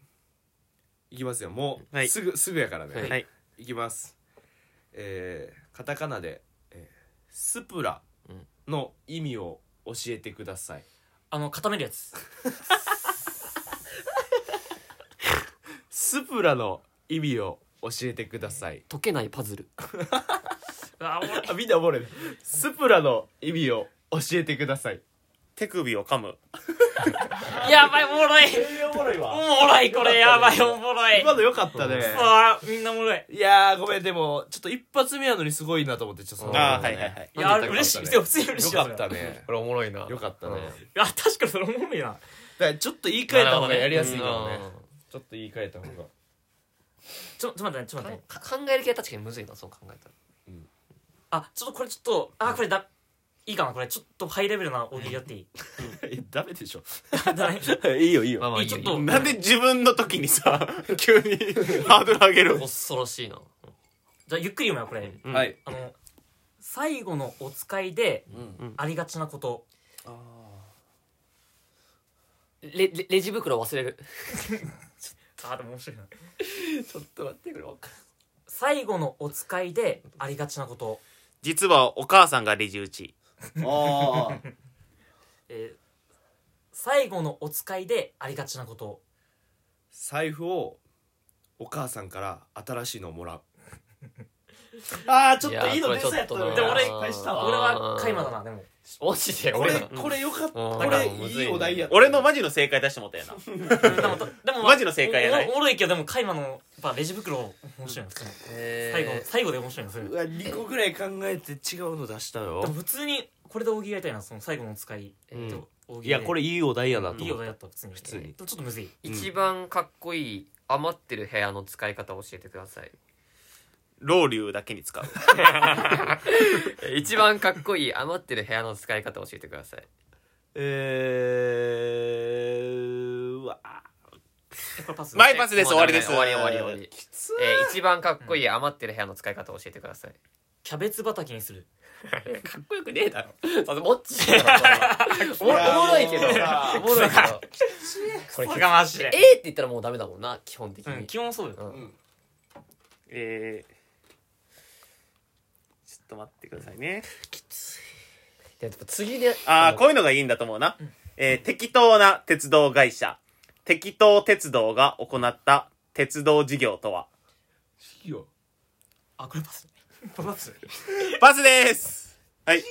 [SPEAKER 1] いきますよも
[SPEAKER 4] は
[SPEAKER 1] う
[SPEAKER 4] い
[SPEAKER 1] すぐすぐやからね
[SPEAKER 4] はい。
[SPEAKER 1] いきますえーカタカナでえースプラの意味を教えてください
[SPEAKER 3] あの固めるやつ
[SPEAKER 1] スプラの意味を教えてください
[SPEAKER 2] 解けないパズル
[SPEAKER 3] あおもろい
[SPEAKER 1] あみんなおもろいねスプラの意味を教えてください
[SPEAKER 4] 手首を噛む。
[SPEAKER 3] やばいおもろい
[SPEAKER 1] おもろい
[SPEAKER 3] お
[SPEAKER 1] わ
[SPEAKER 3] もろいこれやばいおもろい
[SPEAKER 1] 今の良かったね
[SPEAKER 3] あみんなおもろい
[SPEAKER 1] いやーごめんでもちょっと一発目やのにすごいなと思ってちょっとその
[SPEAKER 4] あーはいはいはい。
[SPEAKER 3] いや
[SPEAKER 1] なんで
[SPEAKER 3] 嬉しい
[SPEAKER 1] よ
[SPEAKER 3] でも普通に嬉しい
[SPEAKER 1] か
[SPEAKER 3] わ
[SPEAKER 1] ったね
[SPEAKER 2] これおもろいな
[SPEAKER 1] よかったね
[SPEAKER 3] それあ確かにそれおもろいな
[SPEAKER 1] だからちょっと言い換えた方がやりやすい
[SPEAKER 2] うん
[SPEAKER 1] からねちょっと言い換えた方が
[SPEAKER 3] ちょちょっと待ってねちょっと待ってね
[SPEAKER 2] か考える系は確かにむずいなそう考えたら
[SPEAKER 3] あちょっとこれちょっとあこれだいいかなこれちょっとハイレベルな大喜利やっていい
[SPEAKER 1] (laughs) えダメでしょ
[SPEAKER 3] ダメ
[SPEAKER 1] いいよいいよ
[SPEAKER 2] まあまあ
[SPEAKER 3] (laughs) いいちょっと
[SPEAKER 4] なんで自分の時にさ、 (laughs) 急にハードル上げる
[SPEAKER 2] 恐ろしいな
[SPEAKER 3] じゃあゆっくり読むよこれ
[SPEAKER 4] うん
[SPEAKER 1] はい
[SPEAKER 3] あの最後のお使いで
[SPEAKER 4] ん
[SPEAKER 3] ありがちなこと
[SPEAKER 2] レレレジ袋忘れる
[SPEAKER 3] あでも面白いな
[SPEAKER 2] ちょっと待ってくれ
[SPEAKER 3] 最後のお使いでありがちなこと
[SPEAKER 4] 実はお母さんがレジ打ち。
[SPEAKER 1] あ
[SPEAKER 3] えー最後のお使いでありがちなこと
[SPEAKER 1] 財布をお母さんから新しいのをもらうああちょっといいの出そうやったのに
[SPEAKER 3] でも俺
[SPEAKER 1] 失敗した
[SPEAKER 3] こ
[SPEAKER 1] わ
[SPEAKER 3] れはカイマだなで
[SPEAKER 4] (laughs)
[SPEAKER 3] も
[SPEAKER 2] 落ちて
[SPEAKER 1] こ
[SPEAKER 2] これ
[SPEAKER 1] れこれよかった
[SPEAKER 2] うん
[SPEAKER 1] これいいお題やった
[SPEAKER 4] 俺のマジの正解出してもらったよな。
[SPEAKER 3] でもでも
[SPEAKER 4] マジの正解やない
[SPEAKER 3] おおおもろいけどでもカイマのぱレジ袋面白いんですよ
[SPEAKER 4] え
[SPEAKER 3] 最後最後で面白いんですよ
[SPEAKER 4] うわ2個ぐらい考えて違うの出した
[SPEAKER 3] でも
[SPEAKER 4] よ
[SPEAKER 3] 普通にこれで大喜利やりたいなその最後の使い、えーと大喜
[SPEAKER 4] い
[SPEAKER 3] 利で
[SPEAKER 4] やこれいいお題やなと
[SPEAKER 3] いい
[SPEAKER 4] 思
[SPEAKER 3] お
[SPEAKER 4] っ
[SPEAKER 3] 題
[SPEAKER 4] て
[SPEAKER 3] だった普通に普
[SPEAKER 4] 通に
[SPEAKER 3] ちょっとむずい
[SPEAKER 2] 一番かっこいい余ってる部屋の使い方を教えてください
[SPEAKER 4] ロウリュウだけに使う
[SPEAKER 2] 一番かっこい (laughs) い余ってる部屋の使い方を教えてください
[SPEAKER 4] えーうわ
[SPEAKER 3] これパス
[SPEAKER 4] マイパスです
[SPEAKER 2] もう
[SPEAKER 4] 終わりです
[SPEAKER 2] ダメ終わり終わり終わり
[SPEAKER 4] きつ
[SPEAKER 2] えー一番かっこいい余ってる部屋の使い方を教えてください
[SPEAKER 3] キャベツ畑にする
[SPEAKER 2] (laughs) かっこよくねえだろ (laughs) それモッチーだろそれはおもおも (laughs) ろいけど
[SPEAKER 4] いや (laughs)
[SPEAKER 2] おもろいけど
[SPEAKER 3] これ気が回し
[SPEAKER 2] えーっ
[SPEAKER 3] で
[SPEAKER 2] て言ったらもうダメだもんな基本的に、
[SPEAKER 3] うん基本そうよ
[SPEAKER 2] うん
[SPEAKER 4] えーちょっと待ってくださいね
[SPEAKER 2] でやっぱ次で
[SPEAKER 4] ああ、
[SPEAKER 2] の
[SPEAKER 4] こういうのがいいんだと思うな。えー適当な鉄道会社。適当鉄道が行った鉄道事業とは。
[SPEAKER 1] 企業
[SPEAKER 3] あこれパスこれパス
[SPEAKER 4] パスですはい。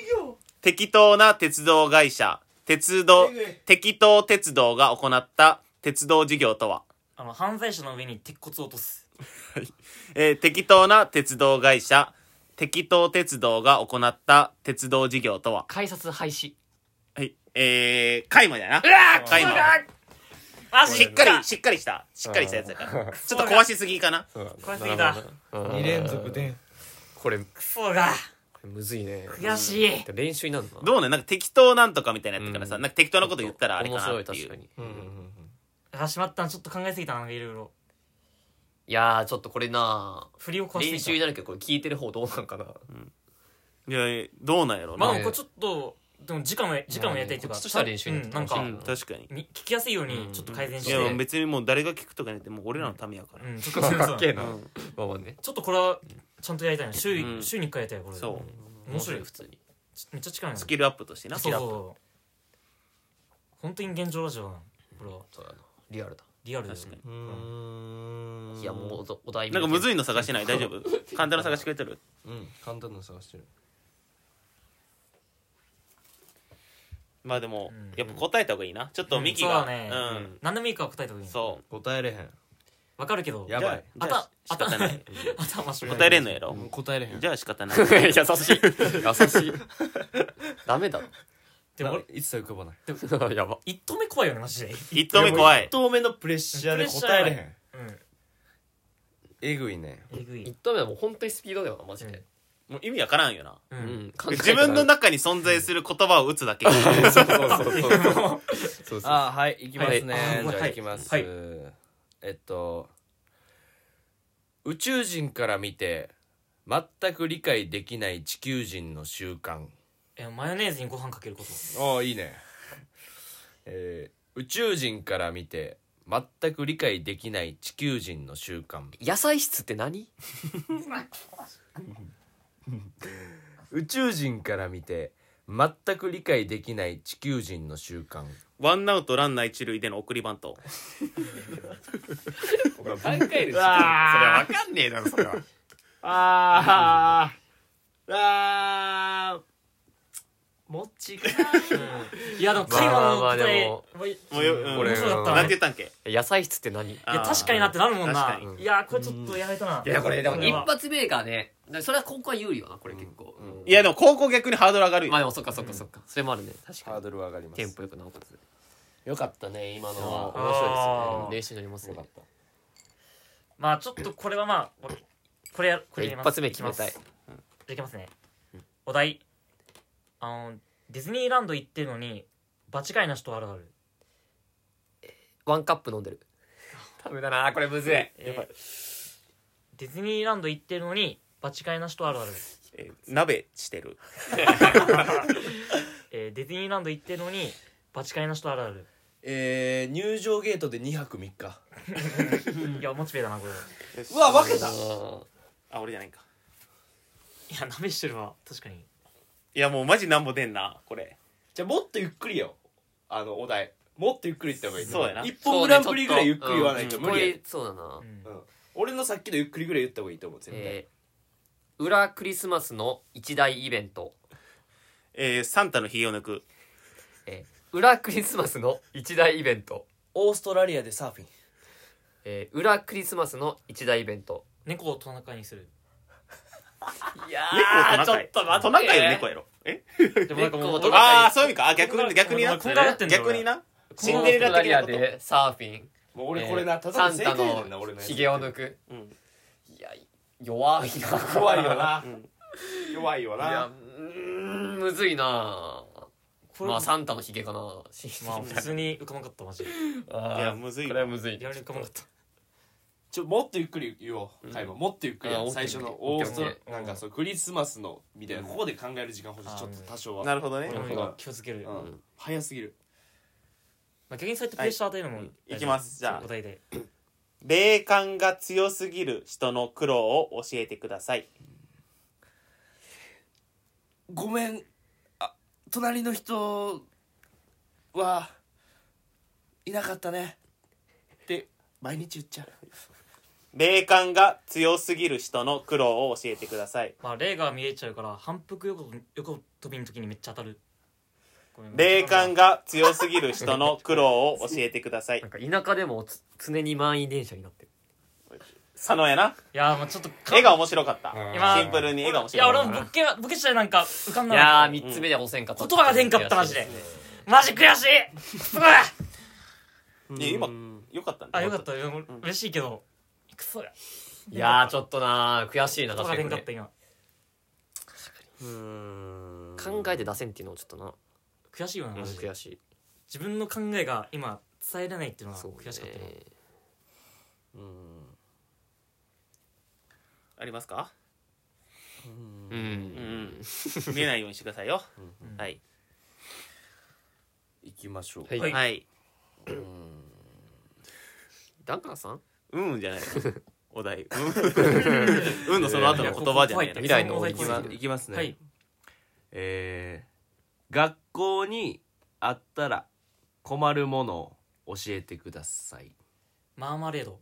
[SPEAKER 4] 適当な鉄道会社。鉄道
[SPEAKER 1] えぐい、
[SPEAKER 4] 適当鉄道が行った鉄道事業とは。
[SPEAKER 3] あの犯罪者の上に鉄骨を落とす
[SPEAKER 4] えー適当な鉄道会社。適当鉄道が行った鉄道事業とは。
[SPEAKER 2] 改札廃止
[SPEAKER 4] はい。えー、カイマだな。カイマ。
[SPEAKER 3] あ
[SPEAKER 4] しっかり、しっかりした。しっかりしたやつだから。ちょっと壊しすぎかな。
[SPEAKER 3] これすぎた
[SPEAKER 1] 2連続で
[SPEAKER 2] これこ
[SPEAKER 3] クソが
[SPEAKER 2] れむずいね
[SPEAKER 3] 悔しい
[SPEAKER 2] 練習になるの
[SPEAKER 4] どうねなんか適当なんとかみたいなやつだからさ、
[SPEAKER 2] うん
[SPEAKER 4] なんか適当なこと言ったらあれか
[SPEAKER 2] 面
[SPEAKER 4] な
[SPEAKER 2] 白
[SPEAKER 4] っ
[SPEAKER 2] い
[SPEAKER 4] てい
[SPEAKER 2] 確
[SPEAKER 4] う
[SPEAKER 2] かに
[SPEAKER 1] うんうん
[SPEAKER 3] あしまったなちょっと考えすぎたないろいろ
[SPEAKER 2] いやーちょっとこれな
[SPEAKER 3] 振りを壊し
[SPEAKER 2] 練
[SPEAKER 3] す
[SPEAKER 2] 習に
[SPEAKER 3] ぎ
[SPEAKER 2] なるけどこれ聞いてる方どうなんかない
[SPEAKER 4] やいやどうなんやろう
[SPEAKER 3] たまあ
[SPEAKER 4] な、
[SPEAKER 3] でもこれちょっとでも時間を時間をやりたいっていう
[SPEAKER 2] こ
[SPEAKER 3] か
[SPEAKER 2] っちとしたら練習に
[SPEAKER 3] う
[SPEAKER 2] なっ
[SPEAKER 3] ん
[SPEAKER 2] た
[SPEAKER 3] なん
[SPEAKER 2] まあ
[SPEAKER 3] か
[SPEAKER 4] うん、確かに
[SPEAKER 3] に聞きやすいよう
[SPEAKER 2] う
[SPEAKER 3] に
[SPEAKER 2] ん
[SPEAKER 3] ちょっと改善し
[SPEAKER 4] い
[SPEAKER 3] て
[SPEAKER 4] や
[SPEAKER 2] う
[SPEAKER 4] 別にもう誰が聞くとかねってもう俺らのためやから、
[SPEAKER 3] うんちょっと
[SPEAKER 2] かっけえな
[SPEAKER 4] うん
[SPEAKER 2] まあまあね
[SPEAKER 3] ちょっとこれは (laughs) ちゃんとやりたいな週
[SPEAKER 4] う
[SPEAKER 3] に
[SPEAKER 4] ん
[SPEAKER 3] 週に1回やりたいよこれ
[SPEAKER 4] そ
[SPEAKER 3] 面白いよ
[SPEAKER 2] 普通に
[SPEAKER 3] ちょめっちゃ近いな
[SPEAKER 4] スキルアップとしてな
[SPEAKER 3] そうそう本当に現状ラジオなのこれは
[SPEAKER 2] そうだなリアルだ
[SPEAKER 3] リアルだよ
[SPEAKER 4] 確かに
[SPEAKER 1] うんうん
[SPEAKER 2] いやもうおお題
[SPEAKER 4] なんかむず
[SPEAKER 2] い
[SPEAKER 4] いの探してない大丈夫簡単な探してくれてる
[SPEAKER 1] うん簡単なの探してる
[SPEAKER 4] まあでも、
[SPEAKER 3] うん
[SPEAKER 4] やっぱ答えた方がいいなちょっとミキが、
[SPEAKER 3] うんそうだね
[SPEAKER 4] うん
[SPEAKER 3] 何でもいいから答えた時に
[SPEAKER 4] そう
[SPEAKER 1] 答えれへん
[SPEAKER 3] わかるけど
[SPEAKER 1] やばい
[SPEAKER 4] じゃあ
[SPEAKER 3] あた
[SPEAKER 4] 仕方ない
[SPEAKER 3] 頭し
[SPEAKER 4] 答えれんのやろ、
[SPEAKER 1] うん答えれへん
[SPEAKER 4] じゃあ仕方ない
[SPEAKER 2] 優しい優し
[SPEAKER 4] (laughs)
[SPEAKER 2] いダメだ
[SPEAKER 3] でも俺
[SPEAKER 1] 一切浮かばない
[SPEAKER 4] (laughs)
[SPEAKER 2] ろやば
[SPEAKER 3] 一投目怖いよねマジで
[SPEAKER 4] 一投目怖
[SPEAKER 1] 1
[SPEAKER 4] い
[SPEAKER 1] 投目のプレッシャーで答えれへ
[SPEAKER 3] プレ
[SPEAKER 1] ん
[SPEAKER 3] うん
[SPEAKER 1] えぐいね
[SPEAKER 3] えぐ
[SPEAKER 2] 一
[SPEAKER 3] い
[SPEAKER 2] 投目はもう本当にスピードだよなマジで
[SPEAKER 4] もう意味わからんよな
[SPEAKER 3] う
[SPEAKER 2] うんん考えた
[SPEAKER 4] 自分の
[SPEAKER 2] ら
[SPEAKER 4] 中に存在する言葉を打つだけ
[SPEAKER 2] そうそうそうそう
[SPEAKER 3] (laughs)
[SPEAKER 2] そうそう
[SPEAKER 1] あーはい行きますね、
[SPEAKER 3] はい
[SPEAKER 1] じゃ
[SPEAKER 3] は
[SPEAKER 1] あ
[SPEAKER 3] い
[SPEAKER 1] 行きます、
[SPEAKER 3] はい
[SPEAKER 1] えっと宇宙人から見て全く理解できない地球人の習慣
[SPEAKER 3] えマヨネーズにご飯かけること
[SPEAKER 1] ああいいね、えー宇宙人から見て全く理解できない地球人の習慣
[SPEAKER 2] 野菜室って何
[SPEAKER 1] 宇宙人から見て全く理解できない地球人の習慣
[SPEAKER 4] ワンアウトランナー一塁での送りバント
[SPEAKER 2] 考える
[SPEAKER 4] わかんねえだろそれは
[SPEAKER 1] あーあーもっちか
[SPEAKER 3] いやでも
[SPEAKER 2] まあ
[SPEAKER 3] 会話の
[SPEAKER 2] まあ
[SPEAKER 3] 答え
[SPEAKER 2] でも
[SPEAKER 3] もうい
[SPEAKER 4] もうよ、うん、
[SPEAKER 1] これ
[SPEAKER 4] 面白かった
[SPEAKER 1] うん
[SPEAKER 4] なんて言ったんけ
[SPEAKER 2] 野菜室って何い
[SPEAKER 4] あー
[SPEAKER 3] いや確かになってなるもんな
[SPEAKER 4] 確か
[SPEAKER 3] いやこれちょっとやめたな
[SPEAKER 2] やこれでも
[SPEAKER 3] こ
[SPEAKER 2] 一
[SPEAKER 3] は
[SPEAKER 2] 発メーカーねだからそれは高校は有利よなこれ結構うん
[SPEAKER 4] いやでも高校逆にハードル上がるよ、
[SPEAKER 2] まあでもそっかそっかそっかそれもあるね確
[SPEAKER 1] ハ
[SPEAKER 2] か
[SPEAKER 1] ー
[SPEAKER 2] に
[SPEAKER 1] ドルは上がりま
[SPEAKER 2] テン
[SPEAKER 1] す
[SPEAKER 2] ポよくなおかつよかったね今の
[SPEAKER 4] は
[SPEAKER 2] 面白
[SPEAKER 3] あー
[SPEAKER 2] いですね練習になりますね
[SPEAKER 3] まあちょっとこれはまあこれやこれやり
[SPEAKER 2] 一
[SPEAKER 3] ます
[SPEAKER 2] 発目決めたい
[SPEAKER 3] きますじゃあいきますねお題あのディズニーランド行ってるのに場違いな人あるある
[SPEAKER 2] ワンカップ飲んでるダメだなこれむずい
[SPEAKER 3] えーディズニーランド行ってるのに場違いな人あるある、
[SPEAKER 4] えー鍋してる
[SPEAKER 3] えーディズニーランド行ってるのに場違いな人あるある
[SPEAKER 1] えー、入場ゲートで2泊3日
[SPEAKER 3] いやモチベだなこれ
[SPEAKER 1] うわ分けた
[SPEAKER 4] あ俺じゃないか
[SPEAKER 3] いや鍋してるわ確かに
[SPEAKER 4] いやもうマジなんぼ出んなこれ
[SPEAKER 1] じゃあもっとゆっくりよあのお題もっとゆっくり言った方がいい
[SPEAKER 4] そうやな
[SPEAKER 1] 一本グランプリぐらいゆっくり言わないと
[SPEAKER 2] そうね
[SPEAKER 1] 無理や
[SPEAKER 2] ちょっとうんこれそうだな
[SPEAKER 3] うん
[SPEAKER 1] うん俺のさっきのゆっくりぐらい言った方がいいと思う絶対、
[SPEAKER 2] えー裏クリスマスの一大イベント
[SPEAKER 4] えー、サンタのひげを抜く
[SPEAKER 2] えー裏クリスマスの一大イベント
[SPEAKER 1] オーストラリアでサーフィン
[SPEAKER 2] えー裏クリスマスの一大イベント
[SPEAKER 3] 猫をトナカイにする
[SPEAKER 2] いや
[SPEAKER 4] 猫トナカイトナカイよ猫やろえ
[SPEAKER 3] でもなんかもう
[SPEAKER 2] 猫をトナカイ
[SPEAKER 4] ああそういう意味かあ逆に逆にな
[SPEAKER 3] こんがらがってんだよ
[SPEAKER 4] 逆になシ
[SPEAKER 2] シ
[SPEAKER 4] ン
[SPEAKER 2] ンデ
[SPEAKER 4] デ
[SPEAKER 2] レ
[SPEAKER 4] レラ
[SPEAKER 2] ラ
[SPEAKER 4] 的
[SPEAKER 2] 的
[SPEAKER 4] な
[SPEAKER 2] なこ
[SPEAKER 4] こ
[SPEAKER 2] ととでサーフィン
[SPEAKER 1] もう俺これな、
[SPEAKER 2] えー
[SPEAKER 1] ただ
[SPEAKER 2] サ
[SPEAKER 1] の
[SPEAKER 2] ン
[SPEAKER 1] 正
[SPEAKER 2] タ
[SPEAKER 1] 解やんな
[SPEAKER 2] の
[SPEAKER 1] 俺のやつ
[SPEAKER 2] ひげを抜く
[SPEAKER 4] うん
[SPEAKER 2] いや弱いな
[SPEAKER 1] 怖いよな
[SPEAKER 4] うん
[SPEAKER 1] 弱いよ
[SPEAKER 2] いや
[SPEAKER 1] な
[SPEAKER 2] うーんむずいな
[SPEAKER 3] これ
[SPEAKER 2] まあサンタのひげかな
[SPEAKER 3] まあ普通に浮かばんかったマジで
[SPEAKER 4] (laughs)
[SPEAKER 2] あ
[SPEAKER 4] いやむずい
[SPEAKER 2] こ
[SPEAKER 4] よ
[SPEAKER 2] れはむずい
[SPEAKER 3] リアルに浮かばんかった
[SPEAKER 1] ちょもっとゆっくり言おう会話もっとゆっくりや
[SPEAKER 2] あもっと
[SPEAKER 1] 最
[SPEAKER 2] ゆっく
[SPEAKER 1] 初
[SPEAKER 2] り
[SPEAKER 1] のオースト
[SPEAKER 2] オッケーオッ
[SPEAKER 3] ケー
[SPEAKER 1] なんかそうクリスマスのみたいなここで考える時間欲し
[SPEAKER 3] あ
[SPEAKER 1] い
[SPEAKER 3] ー
[SPEAKER 1] ちょっと多少は
[SPEAKER 4] なるほどね
[SPEAKER 1] なるほ
[SPEAKER 3] 俺
[SPEAKER 1] ど
[SPEAKER 3] も気をつける
[SPEAKER 1] う
[SPEAKER 3] ま
[SPEAKER 1] ん早すぎる
[SPEAKER 3] あ逆にそうやってプレッシャー与えるのも
[SPEAKER 4] はい
[SPEAKER 3] 大事
[SPEAKER 4] いきますじゃあ
[SPEAKER 3] お題で
[SPEAKER 4] 霊感が強すぎる人の苦労を教えてください
[SPEAKER 1] ごめんあ隣の人はいなかったねって毎日言っちゃう
[SPEAKER 4] 霊感が強すぎる人の苦労を教えてください
[SPEAKER 3] まあ霊が見えちゃうから反復横横飛びの時にめっちゃ当たるごめん
[SPEAKER 4] 霊感が強すぎる人の苦労を教えてください
[SPEAKER 2] なんか田舎でもつ常に満員電車になってる
[SPEAKER 4] 佐野やない
[SPEAKER 3] やーまあちょっとか
[SPEAKER 4] 絵が面白かった
[SPEAKER 3] 今
[SPEAKER 4] シンプルに絵が面
[SPEAKER 3] い
[SPEAKER 4] 白
[SPEAKER 3] や
[SPEAKER 4] かっ
[SPEAKER 3] 俺
[SPEAKER 4] た
[SPEAKER 3] もボケはボケしたらなんか浮かん
[SPEAKER 2] い
[SPEAKER 3] だ
[SPEAKER 2] やー3つ目で押せんかった
[SPEAKER 3] 言葉が出んかったマジでマジ悔しいすごい
[SPEAKER 4] いや今よかったね
[SPEAKER 3] あよかったよ嬉しいけどクソや
[SPEAKER 2] いやーちょっとなー悔しいな
[SPEAKER 3] 言葉
[SPEAKER 2] 確
[SPEAKER 3] が
[SPEAKER 2] か
[SPEAKER 3] 出
[SPEAKER 2] に
[SPEAKER 3] ん
[SPEAKER 2] ね
[SPEAKER 3] かった今
[SPEAKER 1] うん
[SPEAKER 2] 考えて出せんっていうのはちょっとな
[SPEAKER 3] 悔しいよなマジで
[SPEAKER 2] 悔しい
[SPEAKER 3] 自分の考えが今伝えられないっていうのが
[SPEAKER 2] そうね
[SPEAKER 3] 悔しかったよ
[SPEAKER 4] ありますか
[SPEAKER 2] う
[SPEAKER 4] うんん見えないようにしてくださいよ
[SPEAKER 3] うん
[SPEAKER 4] はい
[SPEAKER 1] 行きましょう
[SPEAKER 2] はい
[SPEAKER 3] はい
[SPEAKER 4] はい
[SPEAKER 2] ダンカンさん
[SPEAKER 4] うんじゃないお題うんうんのその後の言葉じゃない
[SPEAKER 2] 未来の
[SPEAKER 3] お
[SPEAKER 2] 俺
[SPEAKER 3] 題
[SPEAKER 2] には
[SPEAKER 1] 行きますね、
[SPEAKER 3] はい
[SPEAKER 1] えー学校にあったら困るものを教えてください
[SPEAKER 3] マーマレード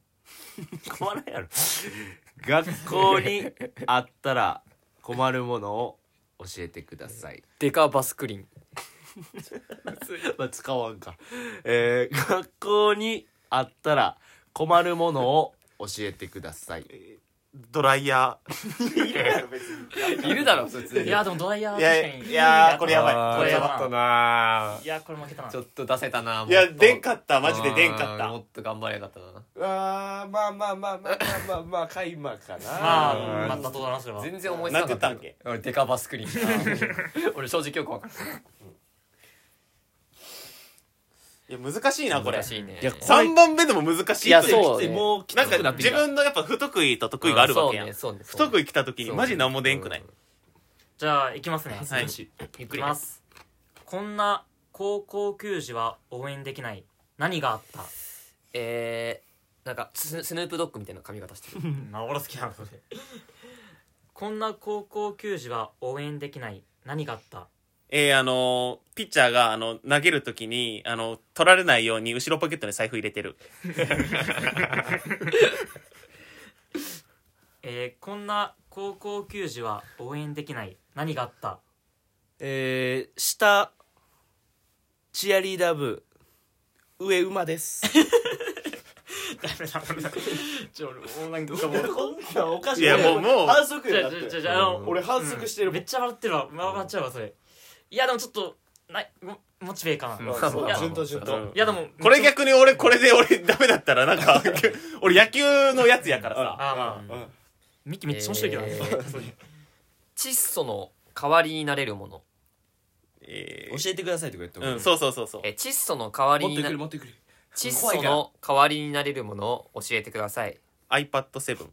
[SPEAKER 1] 困らん (laughs) やろ学校にあったら困るものを教えてください
[SPEAKER 2] デカバスクリン
[SPEAKER 1] まあ使わんか、えー学校にあったら困るものを教えてください
[SPEAKER 4] ドライヤ
[SPEAKER 2] いるだろ
[SPEAKER 3] いやーでもドライヤー
[SPEAKER 4] いや
[SPEAKER 3] 確かに
[SPEAKER 4] いやーこれやばい
[SPEAKER 1] あー
[SPEAKER 3] これやばい
[SPEAKER 1] ちょっとなー
[SPEAKER 3] いやーこれ負けたな
[SPEAKER 2] ちょっと出せたな
[SPEAKER 4] ーいや出ん
[SPEAKER 2] っ
[SPEAKER 4] かったマジで出んかっ
[SPEAKER 2] もったと頑張れなかったな
[SPEAKER 1] あーまあまあまあまあまあまあまあ開幕かな
[SPEAKER 3] ま
[SPEAKER 1] う
[SPEAKER 3] あ
[SPEAKER 1] ん
[SPEAKER 3] またどうだなそれは
[SPEAKER 2] 全然思いつかなかった
[SPEAKER 4] なんて言っ
[SPEAKER 2] 俺デカバスクリ (laughs) ン俺正直よくわかんない
[SPEAKER 4] いや難しいなこれ
[SPEAKER 2] 難しいね
[SPEAKER 1] いや
[SPEAKER 4] 三番目でも難しい
[SPEAKER 2] いや
[SPEAKER 4] と思
[SPEAKER 2] そうね
[SPEAKER 1] もうき
[SPEAKER 4] なん
[SPEAKER 1] つくな
[SPEAKER 4] か
[SPEAKER 1] ってき
[SPEAKER 4] 自
[SPEAKER 1] た
[SPEAKER 4] 分のやっぱ不得意と得意があるわけやん
[SPEAKER 2] うんそうね
[SPEAKER 4] 不
[SPEAKER 2] そうね
[SPEAKER 4] 得意来た時にマジ何も出んくない
[SPEAKER 3] じゃあ行きますね
[SPEAKER 4] はい
[SPEAKER 2] ゆっ
[SPEAKER 3] いきますこんな高校球児は応援できない何があった
[SPEAKER 2] えー、なんかススヌープドッグみたいな髪型してる (laughs)
[SPEAKER 3] まあ俺好きなのでこんな高校球児は応援できない何があった
[SPEAKER 4] えー、あのーピッチャーがあの投げるときにあの取られないように後ろポケットに財布入れてる
[SPEAKER 3] えー、こんな高校球児は応援できない何があった
[SPEAKER 1] えー、下チアリーダー部上馬です
[SPEAKER 3] ダメだ俺ちょ俺もうなんかもう
[SPEAKER 1] なんおか
[SPEAKER 4] いやもうもう
[SPEAKER 1] 反則
[SPEAKER 3] じ
[SPEAKER 1] や
[SPEAKER 3] ゃ
[SPEAKER 1] なっ
[SPEAKER 3] あじゃ
[SPEAKER 1] て
[SPEAKER 3] あじゃあじゃああの
[SPEAKER 1] 俺反則してる
[SPEAKER 3] めっちゃ笑ってるわ笑っちゃうわそれいやでもちょっとないモモチベーかな、
[SPEAKER 2] うん
[SPEAKER 3] い
[SPEAKER 2] そう
[SPEAKER 3] や
[SPEAKER 2] 順当
[SPEAKER 1] 順
[SPEAKER 4] 当
[SPEAKER 3] いやでも
[SPEAKER 4] これ逆に俺これで俺ダメだったらなん
[SPEAKER 2] (laughs)
[SPEAKER 4] か俺野球のやつやからさ
[SPEAKER 3] あーまあ、
[SPEAKER 1] うん
[SPEAKER 3] ミッキーめっちゃ面白いけど、ね
[SPEAKER 2] えー窒素の代わりになれるもの
[SPEAKER 4] え
[SPEAKER 1] 教えてくださいってこれ言
[SPEAKER 4] ー、
[SPEAKER 1] っ
[SPEAKER 4] うん
[SPEAKER 1] て
[SPEAKER 4] そうそうそうそう
[SPEAKER 2] えー窒素の代わり
[SPEAKER 1] 持っ
[SPEAKER 2] に
[SPEAKER 1] て
[SPEAKER 2] な
[SPEAKER 1] くる持ってくる
[SPEAKER 2] 窒素の代わりになれるものを教えてください
[SPEAKER 4] iPad7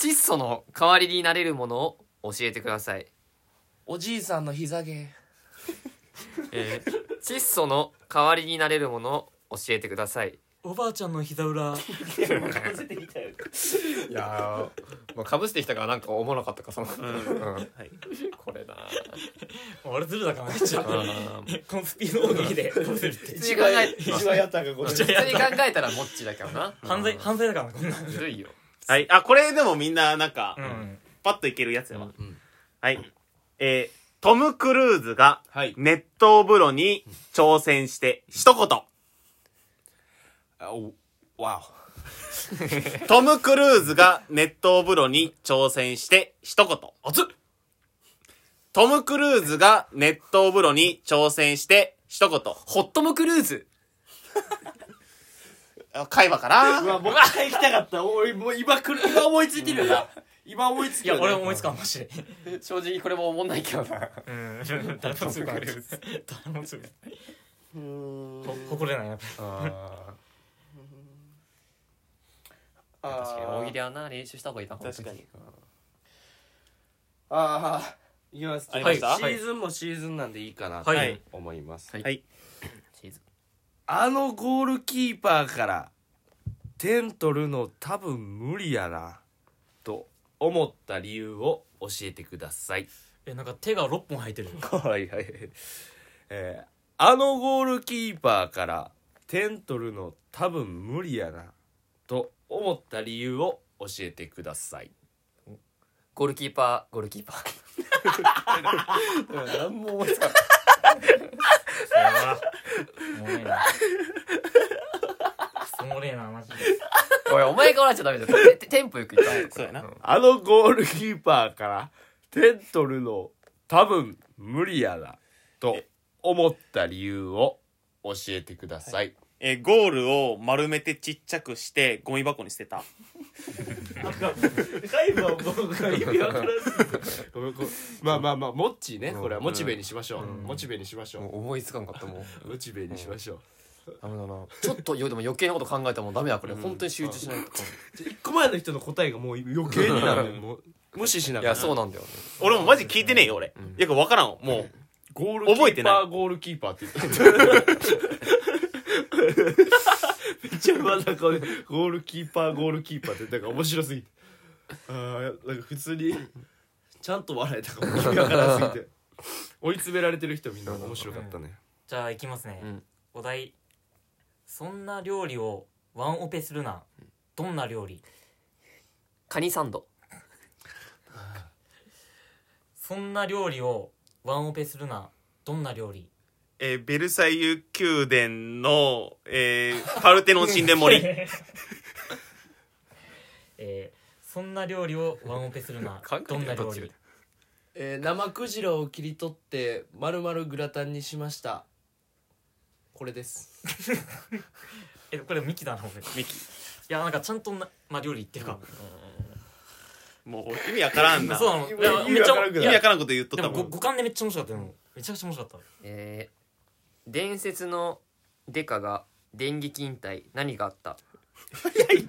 [SPEAKER 2] 窒素の代わりになれるものを教えてください
[SPEAKER 1] おじいさんの膝毛
[SPEAKER 2] えー窒素の代わりになれるものを教えてください
[SPEAKER 3] おばあちゃんの膝裏
[SPEAKER 2] いやもうかぶしてきたからなんか思わなかったかその、
[SPEAKER 4] はい
[SPEAKER 2] これな
[SPEAKER 3] 俺ずるだからめっ (laughs) ちゃこのスピード大喜利でどうするって
[SPEAKER 2] 普通に考え
[SPEAKER 1] 一番やったがこっ
[SPEAKER 2] 普通に考えたらモッチだけどな
[SPEAKER 3] 犯罪犯罪だからなこんなん
[SPEAKER 2] ずるいよ
[SPEAKER 4] はいあこれでもみんななんか、
[SPEAKER 3] うん
[SPEAKER 4] パッといけるやつやわ、
[SPEAKER 1] うん
[SPEAKER 4] はいえー、トム・クルーズが
[SPEAKER 1] はい
[SPEAKER 4] 熱湯風呂に挑戦して一言
[SPEAKER 1] あおわ
[SPEAKER 4] トム・クルーズが熱湯風呂に挑戦して一言。
[SPEAKER 1] お熱っ
[SPEAKER 4] トム・クルーズが熱湯風呂に挑戦して一言。
[SPEAKER 2] ホットムクルーズ
[SPEAKER 4] あ会話かな
[SPEAKER 1] うわもう一回行きたかった俺もう今くる今思いついてるよな今思いつ
[SPEAKER 3] い
[SPEAKER 1] き
[SPEAKER 3] や俺も思いつかんマジで
[SPEAKER 2] 正直これも思んないけどな
[SPEAKER 3] うん (laughs) 誰もつぶれる誰もつぶれるほ誇れないやっぱ
[SPEAKER 1] あ
[SPEAKER 2] 確かに大喜
[SPEAKER 4] 利。
[SPEAKER 2] 利はな練習した方がいいな
[SPEAKER 4] 確か
[SPEAKER 1] ー
[SPEAKER 4] に。
[SPEAKER 1] あーいきます
[SPEAKER 4] ありました
[SPEAKER 1] シーズンもシーズンなんでいいかなと
[SPEAKER 3] はい
[SPEAKER 1] 思います、
[SPEAKER 2] はいチーズ
[SPEAKER 1] あのゴールキーパーから点取るの多分無理やなと思った理由を教えてください
[SPEAKER 3] えなんか手が六本生え (laughs) てる
[SPEAKER 1] はいはい、えー (laughs) あのゴールキーパーから点取るの多分無理やなと思った理由を教えてください
[SPEAKER 2] ゴールキーパーゴールキーパー
[SPEAKER 1] 何も思いつか
[SPEAKER 3] それはおもろいなクソおもれえなマ (laughs) ジで
[SPEAKER 2] おいお前が笑っちゃダメだよテテンポよくいった
[SPEAKER 4] そうやな。
[SPEAKER 1] あのゴールキーパーから点取るの多分無理やなと思った理由を教えてください。
[SPEAKER 4] えーゴールを丸めてちっちゃくして、ゴミ箱に捨てた。
[SPEAKER 1] 会話も意味わからん。まあまあまあモッチーね、これはモチベにしましょう。モチベにしましょ
[SPEAKER 2] う思いつかんかったもん
[SPEAKER 1] う。 (laughs) モチベにしましょう。
[SPEAKER 2] ダメだなちょっとよでも余計なこと考えたらもうダメだこれ、本当に集中しないと
[SPEAKER 1] じゃあ一個前の人の答えがもう余計になるね。もう無視しないがら
[SPEAKER 2] や。そうなんだよね
[SPEAKER 4] 俺もマジ聞いてねえよ、俺。よくわからんもう。
[SPEAKER 1] ゴールキ
[SPEAKER 4] 覚えて
[SPEAKER 1] ーパ
[SPEAKER 4] な
[SPEAKER 1] ーゴールキーパーって言った。めっちゃまだこれゴールキーパーゴールキーパーってなんか面白すぎて。ああなんか普通にちゃんと笑えたかも。君わからんすぎて。追い詰められてる人みんな面白かったね。
[SPEAKER 3] じゃあいきますね、
[SPEAKER 2] うん
[SPEAKER 3] お題そんな料理をワンオペするなどんな料理
[SPEAKER 2] カニサンド
[SPEAKER 3] そんな料理をワンオペするなどんな料理
[SPEAKER 4] えーベルサイユ宮殿の、えーパルテノン神殿森。
[SPEAKER 3] えー、そんな料理をワンオペするな
[SPEAKER 2] 考えて
[SPEAKER 3] ど
[SPEAKER 2] る
[SPEAKER 3] んな料
[SPEAKER 2] 途中
[SPEAKER 3] 理
[SPEAKER 2] で
[SPEAKER 1] えー生クジラを切り取ってまるまるグラタンにしましたこれです
[SPEAKER 3] えこれミキだな俺い
[SPEAKER 4] ミキ。
[SPEAKER 3] やなんかちゃんとな、まあ、料理言ってるか、
[SPEAKER 4] もう意味わからんな。
[SPEAKER 3] そうなの
[SPEAKER 1] 今
[SPEAKER 3] いや
[SPEAKER 1] 意味
[SPEAKER 3] めっちゃ
[SPEAKER 1] わからんく
[SPEAKER 4] 意
[SPEAKER 1] な
[SPEAKER 3] や
[SPEAKER 4] 味わからんこと言っとっ
[SPEAKER 3] で
[SPEAKER 4] た
[SPEAKER 3] も
[SPEAKER 4] も
[SPEAKER 3] ご
[SPEAKER 4] ん。
[SPEAKER 3] 五感でめっちゃ面白かったよめちゃくちゃ面白かっ
[SPEAKER 2] えー、伝説のデカが電撃引退何があった
[SPEAKER 4] 早い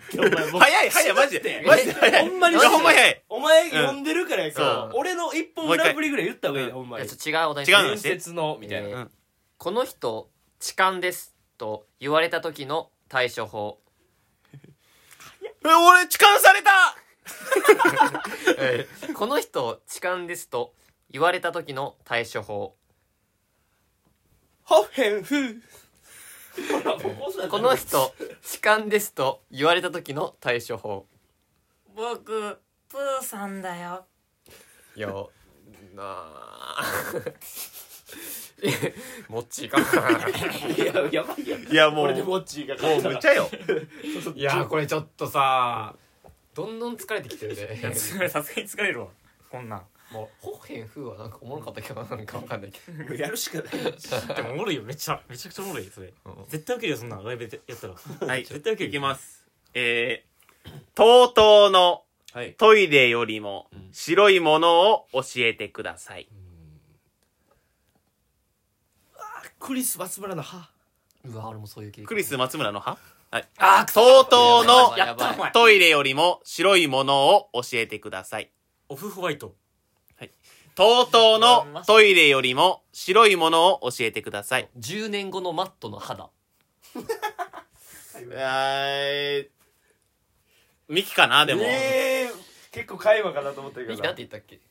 [SPEAKER 4] 早い、マジで。マジで早い。
[SPEAKER 1] ほんまに
[SPEAKER 4] いやほんま早い。
[SPEAKER 1] お前呼んでるからやか
[SPEAKER 4] うん
[SPEAKER 1] ら
[SPEAKER 4] そ
[SPEAKER 1] 俺の一本グランプリぐらい言った方がいいなほんま
[SPEAKER 2] いや
[SPEAKER 1] に
[SPEAKER 2] ちょっと違うお題
[SPEAKER 4] 違う
[SPEAKER 1] 伝
[SPEAKER 4] の
[SPEAKER 1] 説のみたいな、
[SPEAKER 2] えー
[SPEAKER 4] うん
[SPEAKER 2] この人痴漢ですと言われた時の対処法
[SPEAKER 4] え俺、痴漢された
[SPEAKER 2] この人痴漢ですと言われた時の対処法
[SPEAKER 1] ホッヘンフーほらもうこうなってる
[SPEAKER 2] この人痴漢ですと言われた時の対処法
[SPEAKER 3] た僕プーさんだよ (laughs)
[SPEAKER 2] いやなあ (laughs) もっちいかない
[SPEAKER 1] ややばいやん
[SPEAKER 4] いや、も
[SPEAKER 1] こ
[SPEAKER 4] う、
[SPEAKER 1] れで
[SPEAKER 4] も
[SPEAKER 1] モッチーが勝っ
[SPEAKER 4] う
[SPEAKER 1] た
[SPEAKER 4] む
[SPEAKER 1] ら
[SPEAKER 4] ちゃよ。
[SPEAKER 2] いやこれちょっとさどんどん疲れてきてるね
[SPEAKER 3] いやさすがに疲れるわこんなん
[SPEAKER 2] もうほへんふうはなんかおもろかったけどなんかわかんないけど
[SPEAKER 1] もうやるしかない
[SPEAKER 3] でもおもろいよめっちゃめちゃくちゃおもろいよそれ絶対ウケるよそんなんライブでやったら
[SPEAKER 4] はい、
[SPEAKER 3] 絶対ウケる
[SPEAKER 4] いきます。えー、とうとうの
[SPEAKER 1] はい
[SPEAKER 4] トイレよりも
[SPEAKER 1] ん
[SPEAKER 4] 白いものを教えてください。
[SPEAKER 1] クリス松村の歯
[SPEAKER 2] うわ俺もそういう経験
[SPEAKER 4] クリス松村の歯はい。
[SPEAKER 3] あー
[SPEAKER 4] とうとう
[SPEAKER 2] やばいやばいや
[SPEAKER 4] の
[SPEAKER 2] ばい
[SPEAKER 3] やったお前
[SPEAKER 4] トイレよりも白いものを教えてください。
[SPEAKER 3] オフホワイト
[SPEAKER 4] とうとうのトイレよりも白いものを教えてください。
[SPEAKER 2] 10年後のマットの肌
[SPEAKER 4] えー、ミキかなでも。
[SPEAKER 1] えー、結構会話かなと思ったけ
[SPEAKER 2] えなんて言ったっけ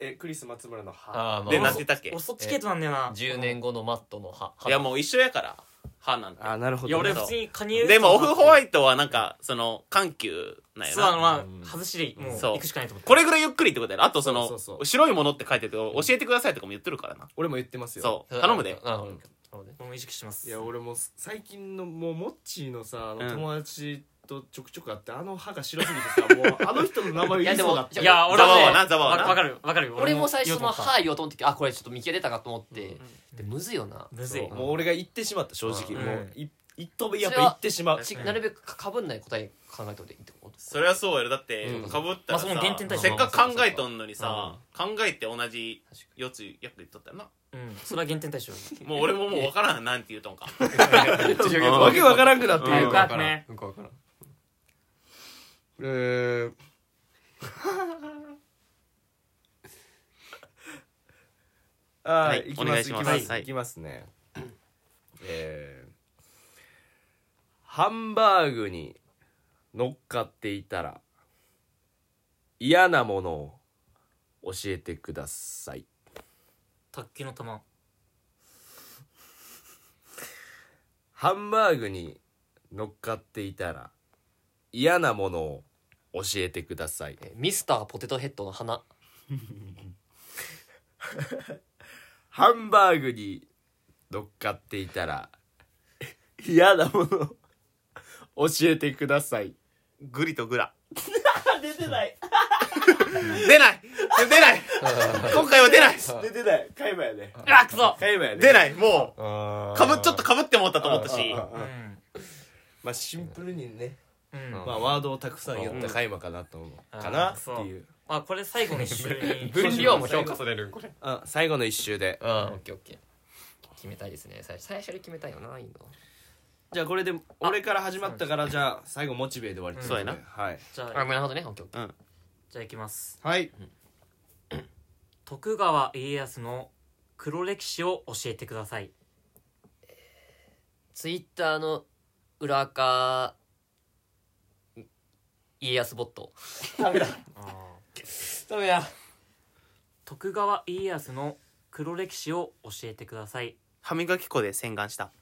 [SPEAKER 1] えクリス松村の歯
[SPEAKER 2] あーまあ
[SPEAKER 4] で、
[SPEAKER 2] ま
[SPEAKER 4] な
[SPEAKER 2] あ
[SPEAKER 4] んて言ったっけ
[SPEAKER 3] 俺そっち系統なんだよな
[SPEAKER 2] 10年後のマットの歯
[SPEAKER 4] いや、もう一緒やから。歯なんて。
[SPEAKER 1] あなるほ
[SPEAKER 3] いや
[SPEAKER 1] どね
[SPEAKER 3] 俺普通にカニエウェスト
[SPEAKER 4] でもオフホワ
[SPEAKER 3] イ
[SPEAKER 4] イトはなんか、その、緩急なんや
[SPEAKER 3] そうあの
[SPEAKER 4] な。
[SPEAKER 3] ま
[SPEAKER 1] うん
[SPEAKER 3] あ外しでもう
[SPEAKER 4] そう
[SPEAKER 3] 行くしかないと思って
[SPEAKER 4] これぐらいゆっくりってことやろ。あとそ
[SPEAKER 1] そうそうそ
[SPEAKER 4] の、
[SPEAKER 1] う
[SPEAKER 4] 白いものって書いてるけど、教えてくださいとかも言ってるからな。
[SPEAKER 1] 俺も言ってますよ
[SPEAKER 4] そう。頼むで。
[SPEAKER 2] あうんそうね
[SPEAKER 3] これも意識します
[SPEAKER 1] いや俺も最近のもうモッチーのさあ
[SPEAKER 4] うん
[SPEAKER 1] の友達とちょくちょく会って、あの歯が白すぎてさもうあの人の名前言いそうだっ
[SPEAKER 2] いや
[SPEAKER 1] た
[SPEAKER 3] いや俺も
[SPEAKER 4] ざ
[SPEAKER 3] ね
[SPEAKER 4] わはなざわはな
[SPEAKER 3] わわかるわかる
[SPEAKER 2] 俺も最初の「
[SPEAKER 3] は
[SPEAKER 2] はい」をとん時あこれちょっと見切れたかと思って、
[SPEAKER 3] うん
[SPEAKER 2] でむずいよな
[SPEAKER 3] む
[SPEAKER 1] そ
[SPEAKER 3] ずいう
[SPEAKER 1] もう俺が言ってしまった正
[SPEAKER 2] う
[SPEAKER 1] 直
[SPEAKER 3] ん
[SPEAKER 1] もうい一飛びやっ
[SPEAKER 2] そ
[SPEAKER 1] ぱ
[SPEAKER 2] れは
[SPEAKER 1] 言ってしまう
[SPEAKER 3] 確
[SPEAKER 2] ち
[SPEAKER 3] かに
[SPEAKER 2] なるべくかぶんない答え考えておいていいってこと
[SPEAKER 4] それはそうやろだって
[SPEAKER 1] うん
[SPEAKER 4] かぶったらさ、
[SPEAKER 3] まあその原点対象
[SPEAKER 4] せっかく考えとんのにさ、考えて同じ
[SPEAKER 2] 確か
[SPEAKER 4] 4つやっ言っとったよな
[SPEAKER 3] うんそれは原点対象
[SPEAKER 4] もう俺ももう分からんなんて言う
[SPEAKER 3] (laughs)
[SPEAKER 4] とんか
[SPEAKER 2] に
[SPEAKER 4] うん
[SPEAKER 1] わけわからんくなって
[SPEAKER 4] うん
[SPEAKER 1] る
[SPEAKER 4] わ
[SPEAKER 1] か
[SPEAKER 3] からんね
[SPEAKER 2] よくわからん
[SPEAKER 1] えー、あー
[SPEAKER 4] はい
[SPEAKER 1] 行き
[SPEAKER 4] お
[SPEAKER 1] ま
[SPEAKER 4] 願い
[SPEAKER 1] す
[SPEAKER 4] し
[SPEAKER 1] 行
[SPEAKER 4] ま
[SPEAKER 1] きま
[SPEAKER 4] す
[SPEAKER 1] す、
[SPEAKER 4] はい
[SPEAKER 1] い、きますねえー、ハンバーグに乗っかっていたら嫌なものを教えてください
[SPEAKER 3] 卓球の玉
[SPEAKER 1] ハンバーグに乗っかっていたら嫌なものを教えてください
[SPEAKER 2] えミスターポテトヘッドの花
[SPEAKER 1] ハンバーグに乗っかっていたら (laughs) 嫌なものを教えてください
[SPEAKER 4] グリとグラ出てない出ない出 (laughs) ない今回は出ない
[SPEAKER 1] (laughs) 出てない海馬やね
[SPEAKER 3] うわくそ
[SPEAKER 1] 海馬やね
[SPEAKER 4] 出ないもう
[SPEAKER 1] か
[SPEAKER 4] かぶちょっとかぶってもったと思ったし
[SPEAKER 3] うん
[SPEAKER 1] まあシンプルにね、
[SPEAKER 3] うん
[SPEAKER 1] まあ、ワードをたくさん言った海馬かなと思う、
[SPEAKER 3] うん
[SPEAKER 1] かな
[SPEAKER 3] あー
[SPEAKER 1] って
[SPEAKER 3] そう
[SPEAKER 1] いう
[SPEAKER 3] あこれ最後の一周に
[SPEAKER 2] 分量も評価されるこれ
[SPEAKER 1] あ最後の一周で
[SPEAKER 2] うんオッケーオッケー決めたいですね最初最初に決めたいよないいの
[SPEAKER 1] じゃあこれで俺から始まったからじゃあ最後モチベで終わりってことで
[SPEAKER 4] そうや
[SPEAKER 1] はい
[SPEAKER 3] じゃ
[SPEAKER 2] あ
[SPEAKER 3] あ
[SPEAKER 2] なるほどねオッケーオッケ
[SPEAKER 3] じゃあいきます
[SPEAKER 1] はい
[SPEAKER 3] 徳川家康の黒歴史を教えてください
[SPEAKER 2] ーツイッターの裏垢家康ボットダメや
[SPEAKER 3] 徳川家康の黒歴史を教えてください
[SPEAKER 4] 歯磨き粉で洗顔した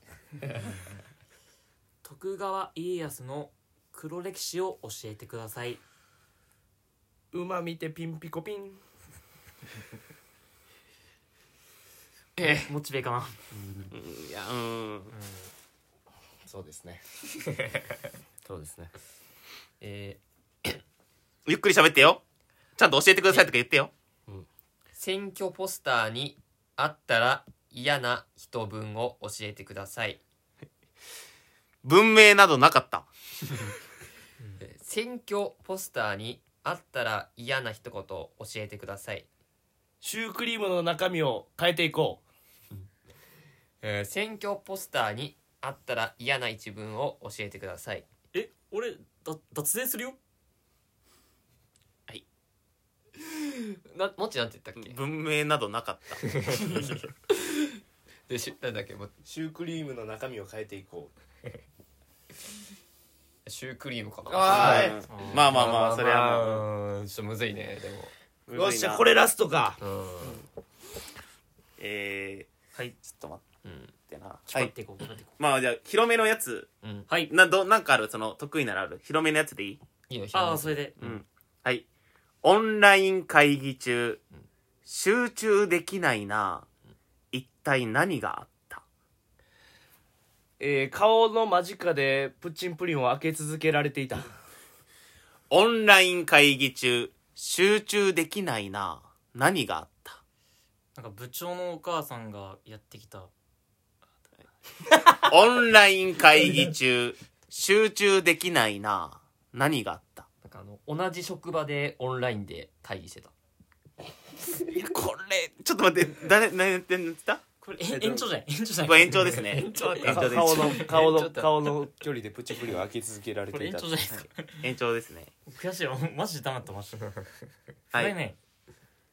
[SPEAKER 3] 徳川家康の黒歴史を教えてください
[SPEAKER 1] 馬見てピンピコピン
[SPEAKER 2] え
[SPEAKER 3] モチベかな
[SPEAKER 4] うんいやうん
[SPEAKER 1] そうですね (laughs) そうですね
[SPEAKER 2] え
[SPEAKER 4] ゆっくり喋ってよちゃんと教えてくださいとか言ってよ
[SPEAKER 2] ー選挙ポスターにあったら嫌な人分を教えてください
[SPEAKER 4] 文明などなかった
[SPEAKER 2] えー選挙ポスターにあったら嫌な一言を教えてください、
[SPEAKER 1] シュークリームの中身を変えていこ
[SPEAKER 2] えー選挙ポスターにあったら嫌な一文を教えてください
[SPEAKER 3] え俺だ脱税するよ
[SPEAKER 2] なもっちなんて言ったっけ
[SPEAKER 4] 文明などなかった
[SPEAKER 2] でしなんだっけもっ
[SPEAKER 1] うシュークリームの中身を変えていこう
[SPEAKER 2] シュークリームかな
[SPEAKER 1] あ
[SPEAKER 4] はいまあまあまあそれはもう
[SPEAKER 2] はちょっとむずいねでも
[SPEAKER 4] むずいな
[SPEAKER 1] よっしゃこれラストか
[SPEAKER 4] え
[SPEAKER 3] はい
[SPEAKER 4] ー、ちょっと待
[SPEAKER 2] うん
[SPEAKER 4] ってなは
[SPEAKER 3] 引っ張
[SPEAKER 4] い
[SPEAKER 3] っていこう、引っ張っていこ
[SPEAKER 4] まあじゃあ広めのやつ
[SPEAKER 2] うん、うん、
[SPEAKER 3] うはい
[SPEAKER 4] などなんかあるその得意ならある広めのやつでいい
[SPEAKER 2] いいよ
[SPEAKER 3] ああそれで
[SPEAKER 4] はいオンライン会議中集中できないな一体何があった
[SPEAKER 1] えー顔の間近でプッチンプリンを開け続けられていた
[SPEAKER 4] オンライン会議中集中できないな何があった
[SPEAKER 3] なんか部長のお母さんがやってきた
[SPEAKER 4] オンライン会議中集中できないな何があった
[SPEAKER 2] なんかあの同じ職場でオンラインで会議してた
[SPEAKER 4] いやこれちょっと待って誰何やってんのって言った
[SPEAKER 3] これえ延長じゃない延長じゃ
[SPEAKER 4] こ
[SPEAKER 3] な
[SPEAKER 4] れ
[SPEAKER 3] い
[SPEAKER 4] 延長ですね延長です
[SPEAKER 1] 顔 (laughs) の顔
[SPEAKER 2] ちょ
[SPEAKER 1] の
[SPEAKER 2] っと
[SPEAKER 1] 顔の距離でプッチンプリンを開け続けられ
[SPEAKER 3] こ
[SPEAKER 1] て
[SPEAKER 3] れ
[SPEAKER 1] い
[SPEAKER 3] 延
[SPEAKER 1] た
[SPEAKER 3] 長じゃないですか
[SPEAKER 4] 延長ですね
[SPEAKER 3] 悔しいわマジで黙ってましたこ
[SPEAKER 4] はい
[SPEAKER 3] れね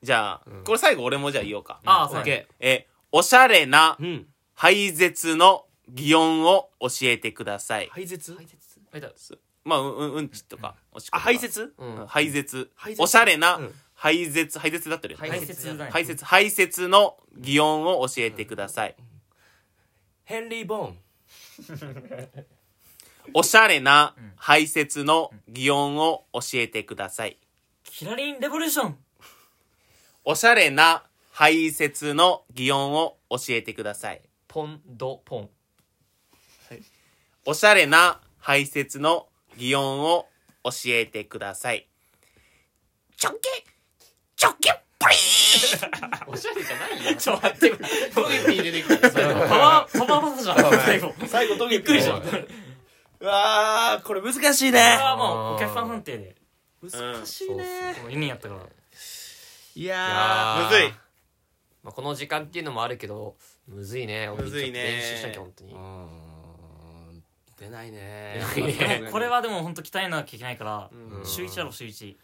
[SPEAKER 4] じゃあ、これ最後俺もじゃあ言おうか。
[SPEAKER 3] ああ
[SPEAKER 4] オ
[SPEAKER 3] そう
[SPEAKER 4] ッ
[SPEAKER 3] だ
[SPEAKER 4] ケ
[SPEAKER 3] ね
[SPEAKER 4] ー。え、おしゃれな
[SPEAKER 1] うん
[SPEAKER 4] 排絶の擬音を教えてください。
[SPEAKER 1] 排泄
[SPEAKER 2] 解説
[SPEAKER 3] はいだ
[SPEAKER 4] まあ、うんうん、うんちとか、おしっこと
[SPEAKER 1] あ
[SPEAKER 4] か
[SPEAKER 1] 排泄
[SPEAKER 4] うん
[SPEAKER 2] う
[SPEAKER 4] 排絶
[SPEAKER 1] 排。泄
[SPEAKER 4] おしゃれな
[SPEAKER 1] うん
[SPEAKER 4] 排絶、排絶だってるよね。
[SPEAKER 3] 排
[SPEAKER 2] 解
[SPEAKER 3] 泄
[SPEAKER 2] 説
[SPEAKER 3] だね
[SPEAKER 4] 排絶、排絶の擬音を教えてください。
[SPEAKER 1] ヘンリー・ボーン
[SPEAKER 4] おしゃれな排泄の擬音を教えてください。
[SPEAKER 3] キラリンレボリューション
[SPEAKER 4] おしゃれな排泄の擬音を教えてください。
[SPEAKER 2] ポンドポン
[SPEAKER 4] おしゃれな排泄の擬音を教えてください。チョキチョキプリー
[SPEAKER 2] おしゃれじゃないよ
[SPEAKER 3] ちょっと待って
[SPEAKER 2] トゲピー出てきたよそれ
[SPEAKER 3] パ
[SPEAKER 2] は (laughs)
[SPEAKER 3] ワーパワーバスじゃん最後
[SPEAKER 1] 最後トゲびっく
[SPEAKER 3] りした
[SPEAKER 4] うわー、これ難しい
[SPEAKER 3] これ
[SPEAKER 4] ね。
[SPEAKER 3] はもうお客さん判定で
[SPEAKER 1] 難し
[SPEAKER 2] そ
[SPEAKER 1] いう
[SPEAKER 2] そう
[SPEAKER 1] ね
[SPEAKER 3] 4人やったから
[SPEAKER 1] い
[SPEAKER 2] い
[SPEAKER 1] や
[SPEAKER 2] やー
[SPEAKER 4] むずい
[SPEAKER 2] まあ、この時間っていうのもあるけどむずいね
[SPEAKER 4] むずいね
[SPEAKER 2] 練習しなきゃ本当に
[SPEAKER 1] ーうーん出ないね
[SPEAKER 2] 出ないね
[SPEAKER 1] さすがに
[SPEAKER 3] これはでも本当鍛えなきゃいけないから
[SPEAKER 1] うん
[SPEAKER 3] 週1やろう週1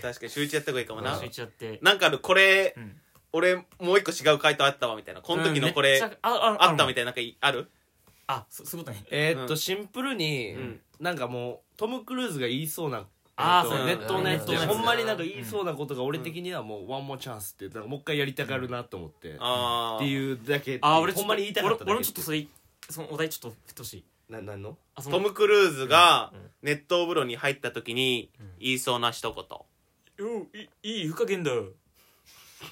[SPEAKER 4] 確かに週一やった方がいいかもな
[SPEAKER 3] 週。1やって
[SPEAKER 4] なんかあるこれ、
[SPEAKER 3] うん
[SPEAKER 4] 俺もう一個違う回答あったわみたいな。この時のこれ、
[SPEAKER 3] うんめっちゃあ
[SPEAKER 4] あったみ
[SPEAKER 3] た
[SPEAKER 4] たいな、
[SPEAKER 3] い
[SPEAKER 4] なんかいある
[SPEAKER 3] あそそういうことね
[SPEAKER 1] えーっ
[SPEAKER 4] う
[SPEAKER 1] とシンプルに
[SPEAKER 4] うん
[SPEAKER 1] なんかもうトム・クルーズが言いそうな
[SPEAKER 3] あー
[SPEAKER 1] えーっと
[SPEAKER 3] そ
[SPEAKER 1] ネット
[SPEAKER 3] う
[SPEAKER 1] のやつで
[SPEAKER 3] うん
[SPEAKER 1] ほんまになんか言いそうなことが俺的にはもうワンモアチャンスってなんかもう一回やりたがるなと思ってっ
[SPEAKER 4] あ
[SPEAKER 1] て
[SPEAKER 4] ー。
[SPEAKER 1] いうだけ
[SPEAKER 3] あ俺ち
[SPEAKER 1] ほ
[SPEAKER 3] ょっ
[SPEAKER 1] ん
[SPEAKER 3] と
[SPEAKER 1] まに
[SPEAKER 3] 俺
[SPEAKER 1] 言いたかっただけ
[SPEAKER 3] 俺もちょっとそれそのお題ちょっと振ってほしい
[SPEAKER 1] ななんの
[SPEAKER 3] あその
[SPEAKER 4] トム・クルーズが
[SPEAKER 2] うんうん
[SPEAKER 4] 熱湯風呂に入った時に
[SPEAKER 3] うん
[SPEAKER 4] 言いそうな一言。
[SPEAKER 3] よういいい湯加減だよ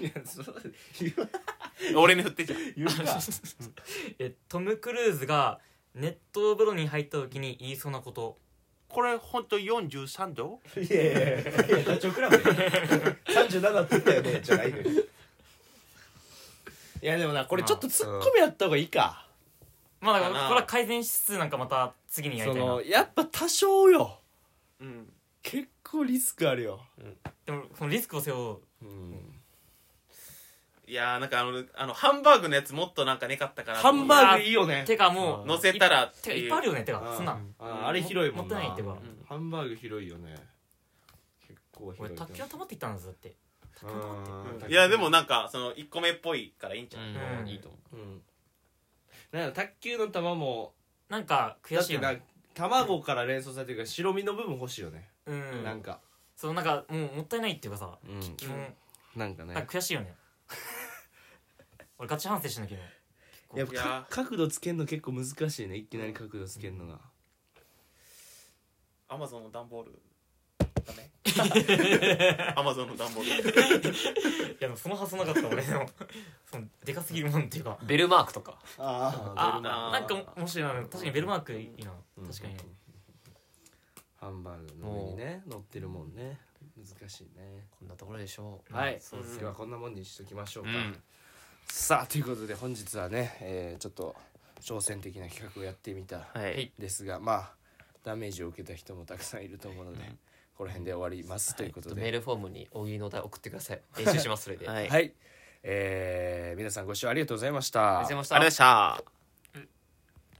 [SPEAKER 1] いやそう言う
[SPEAKER 4] 俺に振ってじゃん。
[SPEAKER 1] 言うか
[SPEAKER 3] (laughs) えトム・クルーズが熱湯風呂に入った時に言いそうなこと
[SPEAKER 4] これほんと43度
[SPEAKER 1] いやいやいやいやダチョウ倶楽部37って言ったよねじゃないのよいやでもなこれちょっとツッコミやった方がいいか
[SPEAKER 3] まあだか
[SPEAKER 4] かな
[SPEAKER 3] らこれは改善しつつなんかまた次にやり
[SPEAKER 1] そ
[SPEAKER 3] たいな
[SPEAKER 1] のやっぱ多少よ
[SPEAKER 4] うん。
[SPEAKER 1] 結構リスクあるよ
[SPEAKER 3] でもそのリスクを背負う
[SPEAKER 1] うん
[SPEAKER 4] いやーなんかあのあのハンバーグのやつもっとなんかねかったから
[SPEAKER 1] ハンバーグいいよね
[SPEAKER 3] てかもう
[SPEAKER 4] 乗せたらってて
[SPEAKER 3] か
[SPEAKER 4] いう
[SPEAKER 3] いっぱいあるよねて
[SPEAKER 1] う
[SPEAKER 3] か
[SPEAKER 1] ん
[SPEAKER 3] そんな
[SPEAKER 1] ああれ広いもんな
[SPEAKER 3] もったいないってば
[SPEAKER 1] うんハンバーグ広いよね結構
[SPEAKER 3] 俺
[SPEAKER 1] 広い
[SPEAKER 3] 卓球の玉って言ったんですだって卓球の玉って
[SPEAKER 1] うん
[SPEAKER 4] いやでもなんかその1個目っぽいからいいんちゃう、
[SPEAKER 3] うん
[SPEAKER 2] いいと思う
[SPEAKER 1] うんなんか卓球の球も
[SPEAKER 3] なんか悔
[SPEAKER 1] だっ
[SPEAKER 3] しい
[SPEAKER 1] て
[SPEAKER 3] よ
[SPEAKER 1] な
[SPEAKER 3] ね
[SPEAKER 1] 卵から連想されてるから白身の部分欲しいよね
[SPEAKER 3] う
[SPEAKER 1] なんんか
[SPEAKER 3] そうなんかもうもったいないっていうかさ
[SPEAKER 1] うん
[SPEAKER 3] 基本
[SPEAKER 1] なんかね
[SPEAKER 3] なんか悔し
[SPEAKER 1] (laughs)
[SPEAKER 3] いよね俺ガチ反省してんだけど
[SPEAKER 1] いや
[SPEAKER 4] いや
[SPEAKER 1] か角度つけるの結構難しいねいきなり角度つけるのが、
[SPEAKER 4] アマゾンの段ボールだねアマゾンの段ボール
[SPEAKER 3] いやでもその発想なかった俺の (laughs) そのでかすぎるもんっていうか
[SPEAKER 2] ベルマークとか
[SPEAKER 1] あ
[SPEAKER 3] あ
[SPEAKER 4] ベルマーク
[SPEAKER 3] なんか面白いな確かにベルマークいいな確かに
[SPEAKER 1] ハンバーグの上にね乗ってるもんね難しいね
[SPEAKER 2] こんなところでしょう
[SPEAKER 1] はい、
[SPEAKER 2] そうです
[SPEAKER 1] 今日はこんなもんにしときましょう
[SPEAKER 2] う
[SPEAKER 1] か、
[SPEAKER 2] ん
[SPEAKER 1] さあということで本日はね、えーちょっと挑戦的な企画をやってみた
[SPEAKER 4] はい
[SPEAKER 1] ですが、まあダメージを受けた人もたくさんいると思うので、この辺で終わります、ということで
[SPEAKER 2] メールフォームに大喜利のお題送ってください練習しますそれで
[SPEAKER 4] はい
[SPEAKER 1] はい、えー皆さんご視聴ありがとうございました
[SPEAKER 2] ありがとうございました
[SPEAKER 4] あれでした